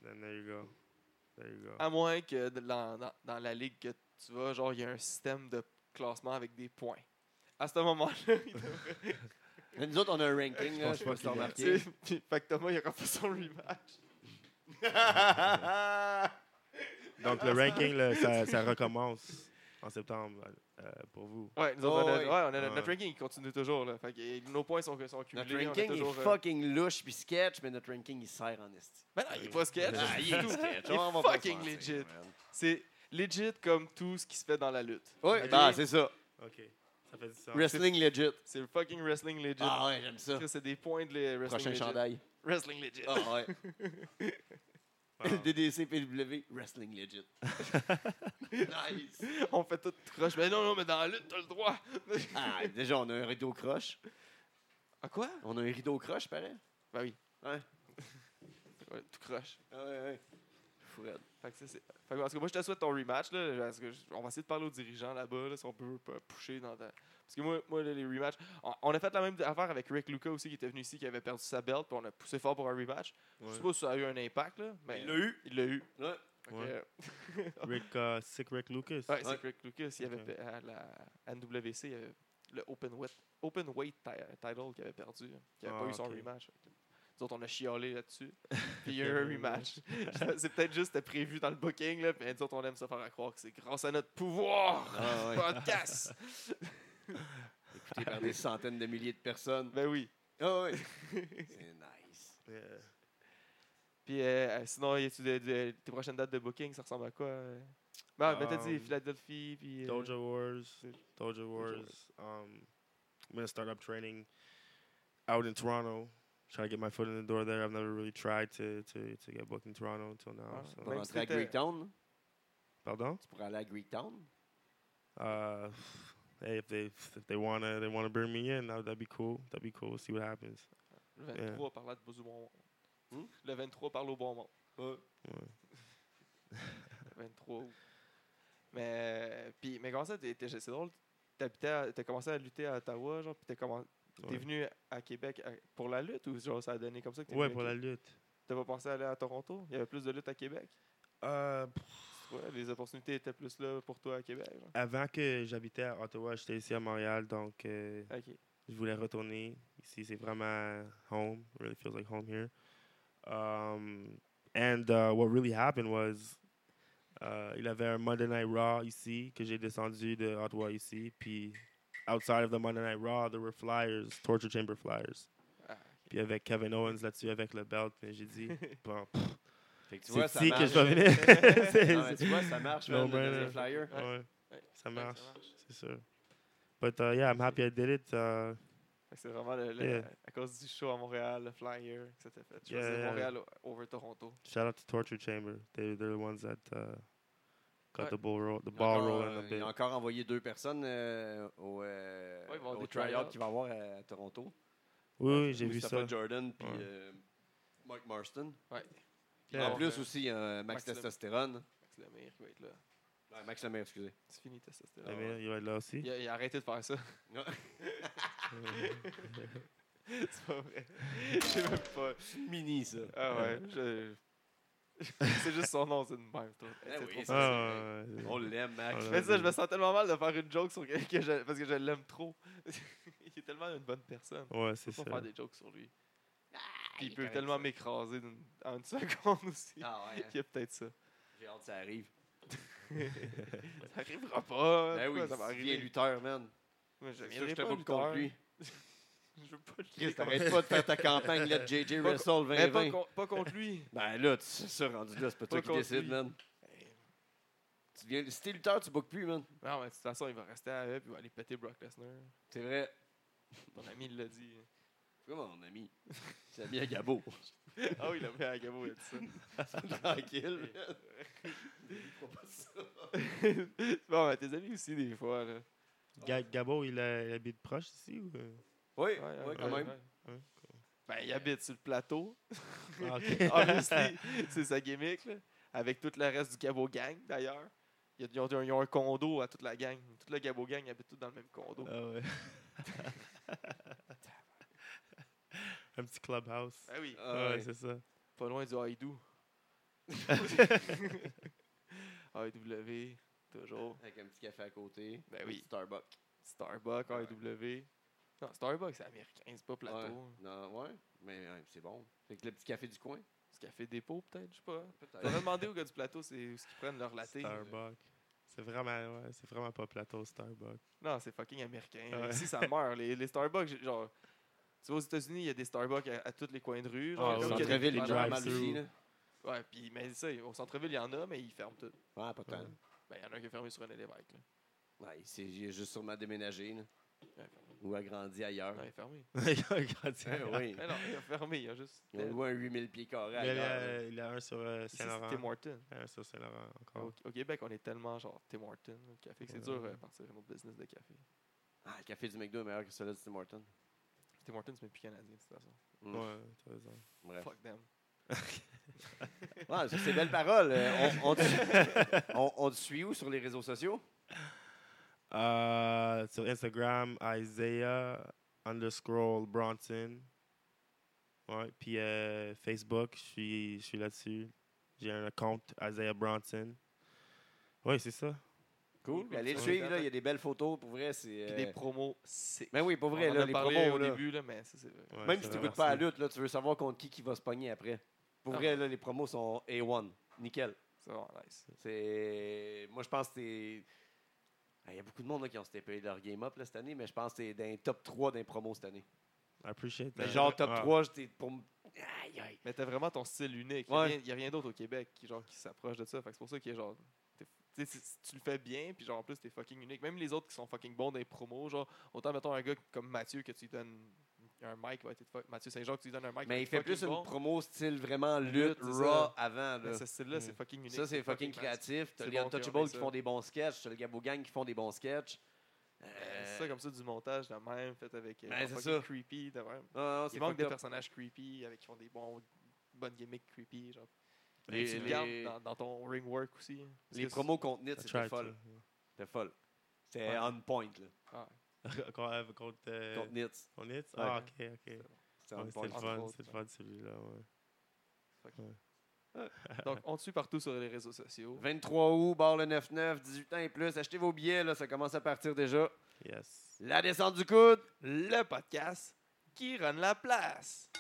Then there you go. There you go.
À moins que de- dans, dans- dans la ligue que tu vas, genre, il y a un système de classement avec des points. À ce moment-là, il devrait.
Mais nous autres, on a un ranking, là. Je
pense
sais pas
pas
si t'as
qu'il y
remarqué.
a-
Tu sais, puis- fait que Thomas, il aura pas son rematch.
Donc le ranking, là, ça, ça recommence en septembre euh, pour vous.
Ouais, nous
Oh,
autres, on a-
oui.
ouais, on a-
Ouais.
notre ranking il continue toujours. Là. Fait que nos points sont, sont cumulés.
Notre
on a
ranking
toujours,
est
euh,
fucking louche puis sketch, mais notre ranking, il sert en esti.
Ben non, il est pas sketch.
Ah, il
du
est
tout.
sketch.
Il est
on va pas
fucking
se mentir,
legit.
man.
C'est legit comme tout ce qui se fait dans la lutte.
Oui,
Ok.
bah, c'est ça.
OK. Ça fait du sens.
Wrestling legit.
C'est fucking wrestling legit.
Ah ouais, j'aime ça.
Chris, C'est des points de le- wrestling
Prochain
legit.
chandail.
Wrestling legit.
Ah ouais.
Wow.
DDCPW, wrestling legit. nice.
On fait tout croche. Mais non, non, mais dans la lutte, t'as le droit.
Ah, déjà, on a un rideau croche.
À quoi?
On a un rideau croche, pareil.
Ben oui.
Ah, Ouais.
Ouais, tout croche.
Ah ouais, ouais. Fred.
Fait que ça, c'est- fait que, en tout cas, moi, je te souhaite ton rematch. Là, parce que je- on va essayer de parler aux dirigeants là-bas, là, si on peut pas pusher dans ta... Parce que moi, moi là, les rematchs... On, on a fait la même affaire avec Rick Luca aussi, qui était venu ici, qui avait perdu sa belt, puis on a poussé fort pour un rematch. Je sais pas si ça a eu un impact, là, mais...
Il l'a eu.
Il l'a eu.
Ben, Ouais.
Fait que,
Ouais.
euh,
Rick, euh, Sick Rick Lucas.
Ouais,
Ouais.
c'est que Rick Lucas. Il avait
Ok.
pe- à la NWC, il y avait le Open Weight, open weight ti- euh, Title qu'il avait perdu, qui n'avait
Ah,
pas eu son
ok.
rematch. Nous autres, on a chiolé là-dessus. Puis il y a eu un rematch. c'est peut-être juste c'était prévu dans le booking, là, mais nous autres, on aime se faire à croire que c'est grâce à notre pouvoir
Ah ouais.
podcast.
Écouté par des centaines de milliers de personnes.
ben oui.
Ah ouais. C'est nice.
Yeah.
Puis euh, euh, sinon, y a-tu de- de- tes prochaines dates de booking, ça ressemble à quoi? euh? Ben, ben, t'as dit
Um,
Philadelphie, puis... euh,
Dojo Wars.
Dude.
Dojo Wars.
Wars.
Um, I'm going to start up training out in Toronto. Try to get my foot in the door there. I've never really tried to, to, to get booked in Toronto until now.
Ah,
so-
Pour
Même si
rentrer à
t'étais-
Greektown,
Pardon?
tu pourrais aller à Greektown.
Uh, hey, if they if they wanna they wanna bring me in, that that'd be cool. That'd be cool. We'll see what happens.
Le 23
Euh.
par là de Bouzou Bon Monde.
Hmm?
Le 23 parle au bon monde.
Hein? Ouais.
Le 23 août. Mais, puis, mais comment ça, t'es- t'es- c'est drôle, t'habitais à- t'as commencé à lutter à Ottawa, genre, puis t'es commen- t'es
Ouais.
venu à Québec à- pour la lutte ou genre ça a donné comme ça que t'es
Ouais,
venu à
pour la
Québec?
lutte.
T'as pas pensé à aller à Toronto? Il y avait plus de lutte à Québec?
Euh, pff,
Ouais, les opportunités étaient plus là pour toi à Québec, genre.
avant que j'habitais à Ottawa, j'étais ici à Montréal, donc euh,
Ok.
je voulais retourner ici. C'est vraiment home. Really feels like home here. Um, and uh, what really happened was, uh, il avait un Monday Night Raw ici que j'ai descendu de Ottawa ici. Puis outside of the Monday Night Raw, there were flyers, torture chamber flyers.
Ah,
Puis avec Kevin Owens là-dessus avec le belt, mais j'ai dit bon, pff,
Fait que tu
c'est
vois, ça
ici que
marche.
je vais venir. C'est-
Ah, mais tu vois, ça marche,
No
man, le
brainer.
deuxième flyer.
Ouais.
Ouais,
Ouais.
ça
Ouais, ben, ça
marche,
marche.
c'est sûr. But uh, yeah, I'm happy I did it. Uh,
Fait que C'est vraiment le- le-
Yeah.
à cause du show à Montréal, le flyer que ça t'a fait. Tu
Yeah,
choisis
yeah.
Montréal o- over Toronto.
shout out to Torture Chamber. They they're the ones that uh, got
Ouais.
the ball roll, the ball
Encore,
rolling a
euh, il
bit.
a encore envoyé deux personnes euh, au, euh,
Ouais, ils vont avoir
au
des
tryout
tryouts.
qu'il va avoir à Toronto.
Oui, oui, j'ai vu ça.
Mustafa Jordan puis
Ouais.
euh, Mike Marston.
Ouais.
en
Alors,
plus
euh,
aussi euh, Max
Max Lem-
Testostérone.
Max Lemire qui va être là.
Ouais, Max Lemaire, excusez.
C'est fini, testostérone.
La mienne, il va être là aussi.
Il a, il a arrêté de faire ça. c'est pas vrai. Je sais même pas.
Mini ça.
Ah ouais, je... c'est juste son nom, c'est une merde. toi.
Eh
C'est
oui,
trop
c'est-
simple.
Ah, ouais.
On l'aime, Max.
On
Mais ça, je me sens tellement mal de faire une joke sur quelqu'un que je- parce que je l'aime trop. il est tellement une bonne personne. Je
Ouais,
Oh,
c'est
peux
ça.
pas faire des jokes sur lui. Puis
Ah, il est
il peut
correct,
tellement
ça.
m'écraser d'une- en une seconde aussi.
Ah ouais, hein.
Il y a peut-être ça.
j'ai hâte que ça arrive.
Ça arrivera pas.
Ben oui,
pourquoi ça va
il est
arriver.
lutteur, man. C'est
Moi, je
sûr que
viendrai
je
pas
te boucle contre lui.
Je veux pas le
Chris, t'arrêtes pas de faire ta campagne là, de JJ
Pas-
Russell
Mais pas,
2020.
con- pas contre lui.
Ben là, tu sais ça, rendu là, c'est pas toi
Pas
qui
contre
décides,
lui.
man. Tu viens, si t'es lutteur, tu bookes plus, man.
Ben Non, mais de toute façon, il va rester à eux puis il va aller péter Brock Lesnar.
C'est vrai.
Mon ami, il l'a dit.
Comment mon ami? C'est bien Gabo.
Ah oui, il a fait à Gabo, il a dit ça.
Tranquille, man. Il croit pas ça.
bon, ben, tes amis aussi, des fois. Là.
Ga- Gabo, il, a- il habite proche ici ou... euh?
Oui,
Ouais, ouais,
oui, quand
ouais,
même.
ouais.
Ouais,
Ben, il habite sur le plateau.
Ah, ok.
Obviously, c'est sa gimmick. Là. Avec tout le reste du Gabo Gang, d'ailleurs. Ils ont, ils ont- ils ont un condo à toute la gang. Toute la Gabo Gang habite tous dans le même condo.
Ah ouais. Un petit clubhouse.
Ben oui,
Ah
ouais,
ouais.
c'est ça.
pas loin du Haïdou. AEW, toujours.
Avec un petit café à côté.
Ben oui.
Starbucks.
Starbucks, AEW. Non, Starbucks, c'est américain, c'est pas plateau.
Ouais. Non, ouais, mais ouais, c'est bon. Fait que le petit café du coin,
C'est café dépôt, peut-être, je sais pas.
peut-être.
J'aurais demandé aux gars du plateau c'est où est-ce qu'ils prennent leur latte.
Starbucks. C'est vraiment, ouais, c'est vraiment pas plateau, Starbucks.
Non, c'est fucking américain.
Ouais.
Ici, ça meurt. Les, les Starbucks, j'ai- genre. Tu vois, aux États-Unis, il y a des Starbucks à, à tous les coins de rue. Genre,
Ah,
Au
comme
oui.
qu'il y a
centre-ville,
des
il y en a
dépanneurs.
pas mal aussi,
drive-thru.
là.
Ouais, puis, mais ça, au centre-ville, il y en a, mais ils ferment tout.
Ouais, pas tant.
Ouais.
Ben, il y en a un qui est fermé sur un évêque. Là.
Ouais, il s'est- il a juste sûrement déménagé, là.
Ouais.
Ou agrandi ailleurs.
Non, il est fermé.
Regarde,
Ah,
tiens.
oui.
Mais non, il est fermé, il y a juste.
Il a loué un 8000 pieds carrés
Il y a,
ailleurs.
le- il y a un sur euh,
Ici, c'est Tim
Saint-Laurent.
Hortons.
Un sur Saint-Laurent encore.
Au, au Québec, on est tellement genre Tim Hortons, le café, que c'est
Ah. Ouais.
dur de partir un autre business de café.
Ah, le café du McDo est meilleur que celui de Tim Hortons.
Tim Hortons, c'est même plus canadien, de toute façon.
Mm.
Ouais, t'as raison.
Bref.
Fuck them.
Ouais, c'est c'est belles paroles. Euh, on, on, te- on- on te suit où sur les réseaux sociaux?
Euh, sur Instagram, Isaiah underscore Bronson. Ouais, puis euh, Facebook, je suis, je suis là-dessus. J'ai un compte Isaiah Bronson. Ouais, c'est ça.
Cool.
Cool,
allez le
ça.
suivre, là. Il y a des belles photos, pour vrai. C'est.
Puis
euh,
des promos sick.
Ben oui, pour vrai,
on en
là,
a
les
parlé
promos,
au
là.
début, là, mais ça, c'est vrai.
Ouais,
Même si
c'est vraiment
tu n'écoutes pas
ça.
la lutte, là, tu veux savoir contre qui qui va se pogner après. Pour
Ah.
vrai, là, les promos sont A1. Nickel.
C'est vraiment nice.
C'est. Moi, je pense que t'es. Ah, Il y a beaucoup de monde là, qui ont stepé leur game-up cette année, mais je pense que t'es dans les top 3 d'un promo cette année.
I appreciate
Mais
Ben,
that. Ah,
genre, top
Ouais.
3, j'étais pour. m- Aïe, aïe.
Mais t'as vraiment ton style unique.
Ouais.
Il n'y a rien, d'autre au Québec qui, genre, qui s'approche de ça. Fait que c'est pour ça que genre. t'es- tu sais, si- si tu le fais bien, puis genre en plus t'es fucking unique. Même les autres qui sont fucking bons dans les promos, genre autant mettons un gars comme Mathieu que tu lui donnes un mic, va être fuck- Mathieu Saint-Jean que tu lui donnes un mic. va
Mais il
être
fait
fucking
plus une
bon.
promo style vraiment lutte,
Lutte, c'est
raw
ça.
avant.
Mais
Là.
ce style-là, c'est
Mm.
fucking unique.
Ça, c'est fucking créatif. T'as
C'est
les
bon, ok, on
Untouchables
met
qui
ça.
font des bons sketchs. T'as le Gabo Gang qui font des bons sketchs. Euh,
Euh, C'est ça, comme ça, du montage de même, fait avec euh,
Ben, c'est
fucking
ça.
creepy, de même.
non, non, c'est
Il manque
fucked
de
up.
personnages creepy, avec qui font des bons, bonnes gimmicks creepy, genre.
Les-
Mais tu le
les-
gardes dans, dans ton ring work aussi. hein. Parce
Les
que
promos contre Nit,
I
c'était
tried
folle.
to.
C'était folle. C'était
Ouais.
on point, là.
Ah,
Contre, contre, euh,
Contre Nit.
contre Nitz? Ah, ok, ok.
C'était on
Ouais,
point.
c'est le
entre
fun,
autres,
c'est
ouais.
le fun celui-là, ouais.
Donc, on te suit partout sur les réseaux sociaux.
23 août, bar le 9-9, 18 ans et plus. Achetez vos billets, là, ça commence à partir déjà.
Yes.
La descente du coude.
Le podcast qui run la place.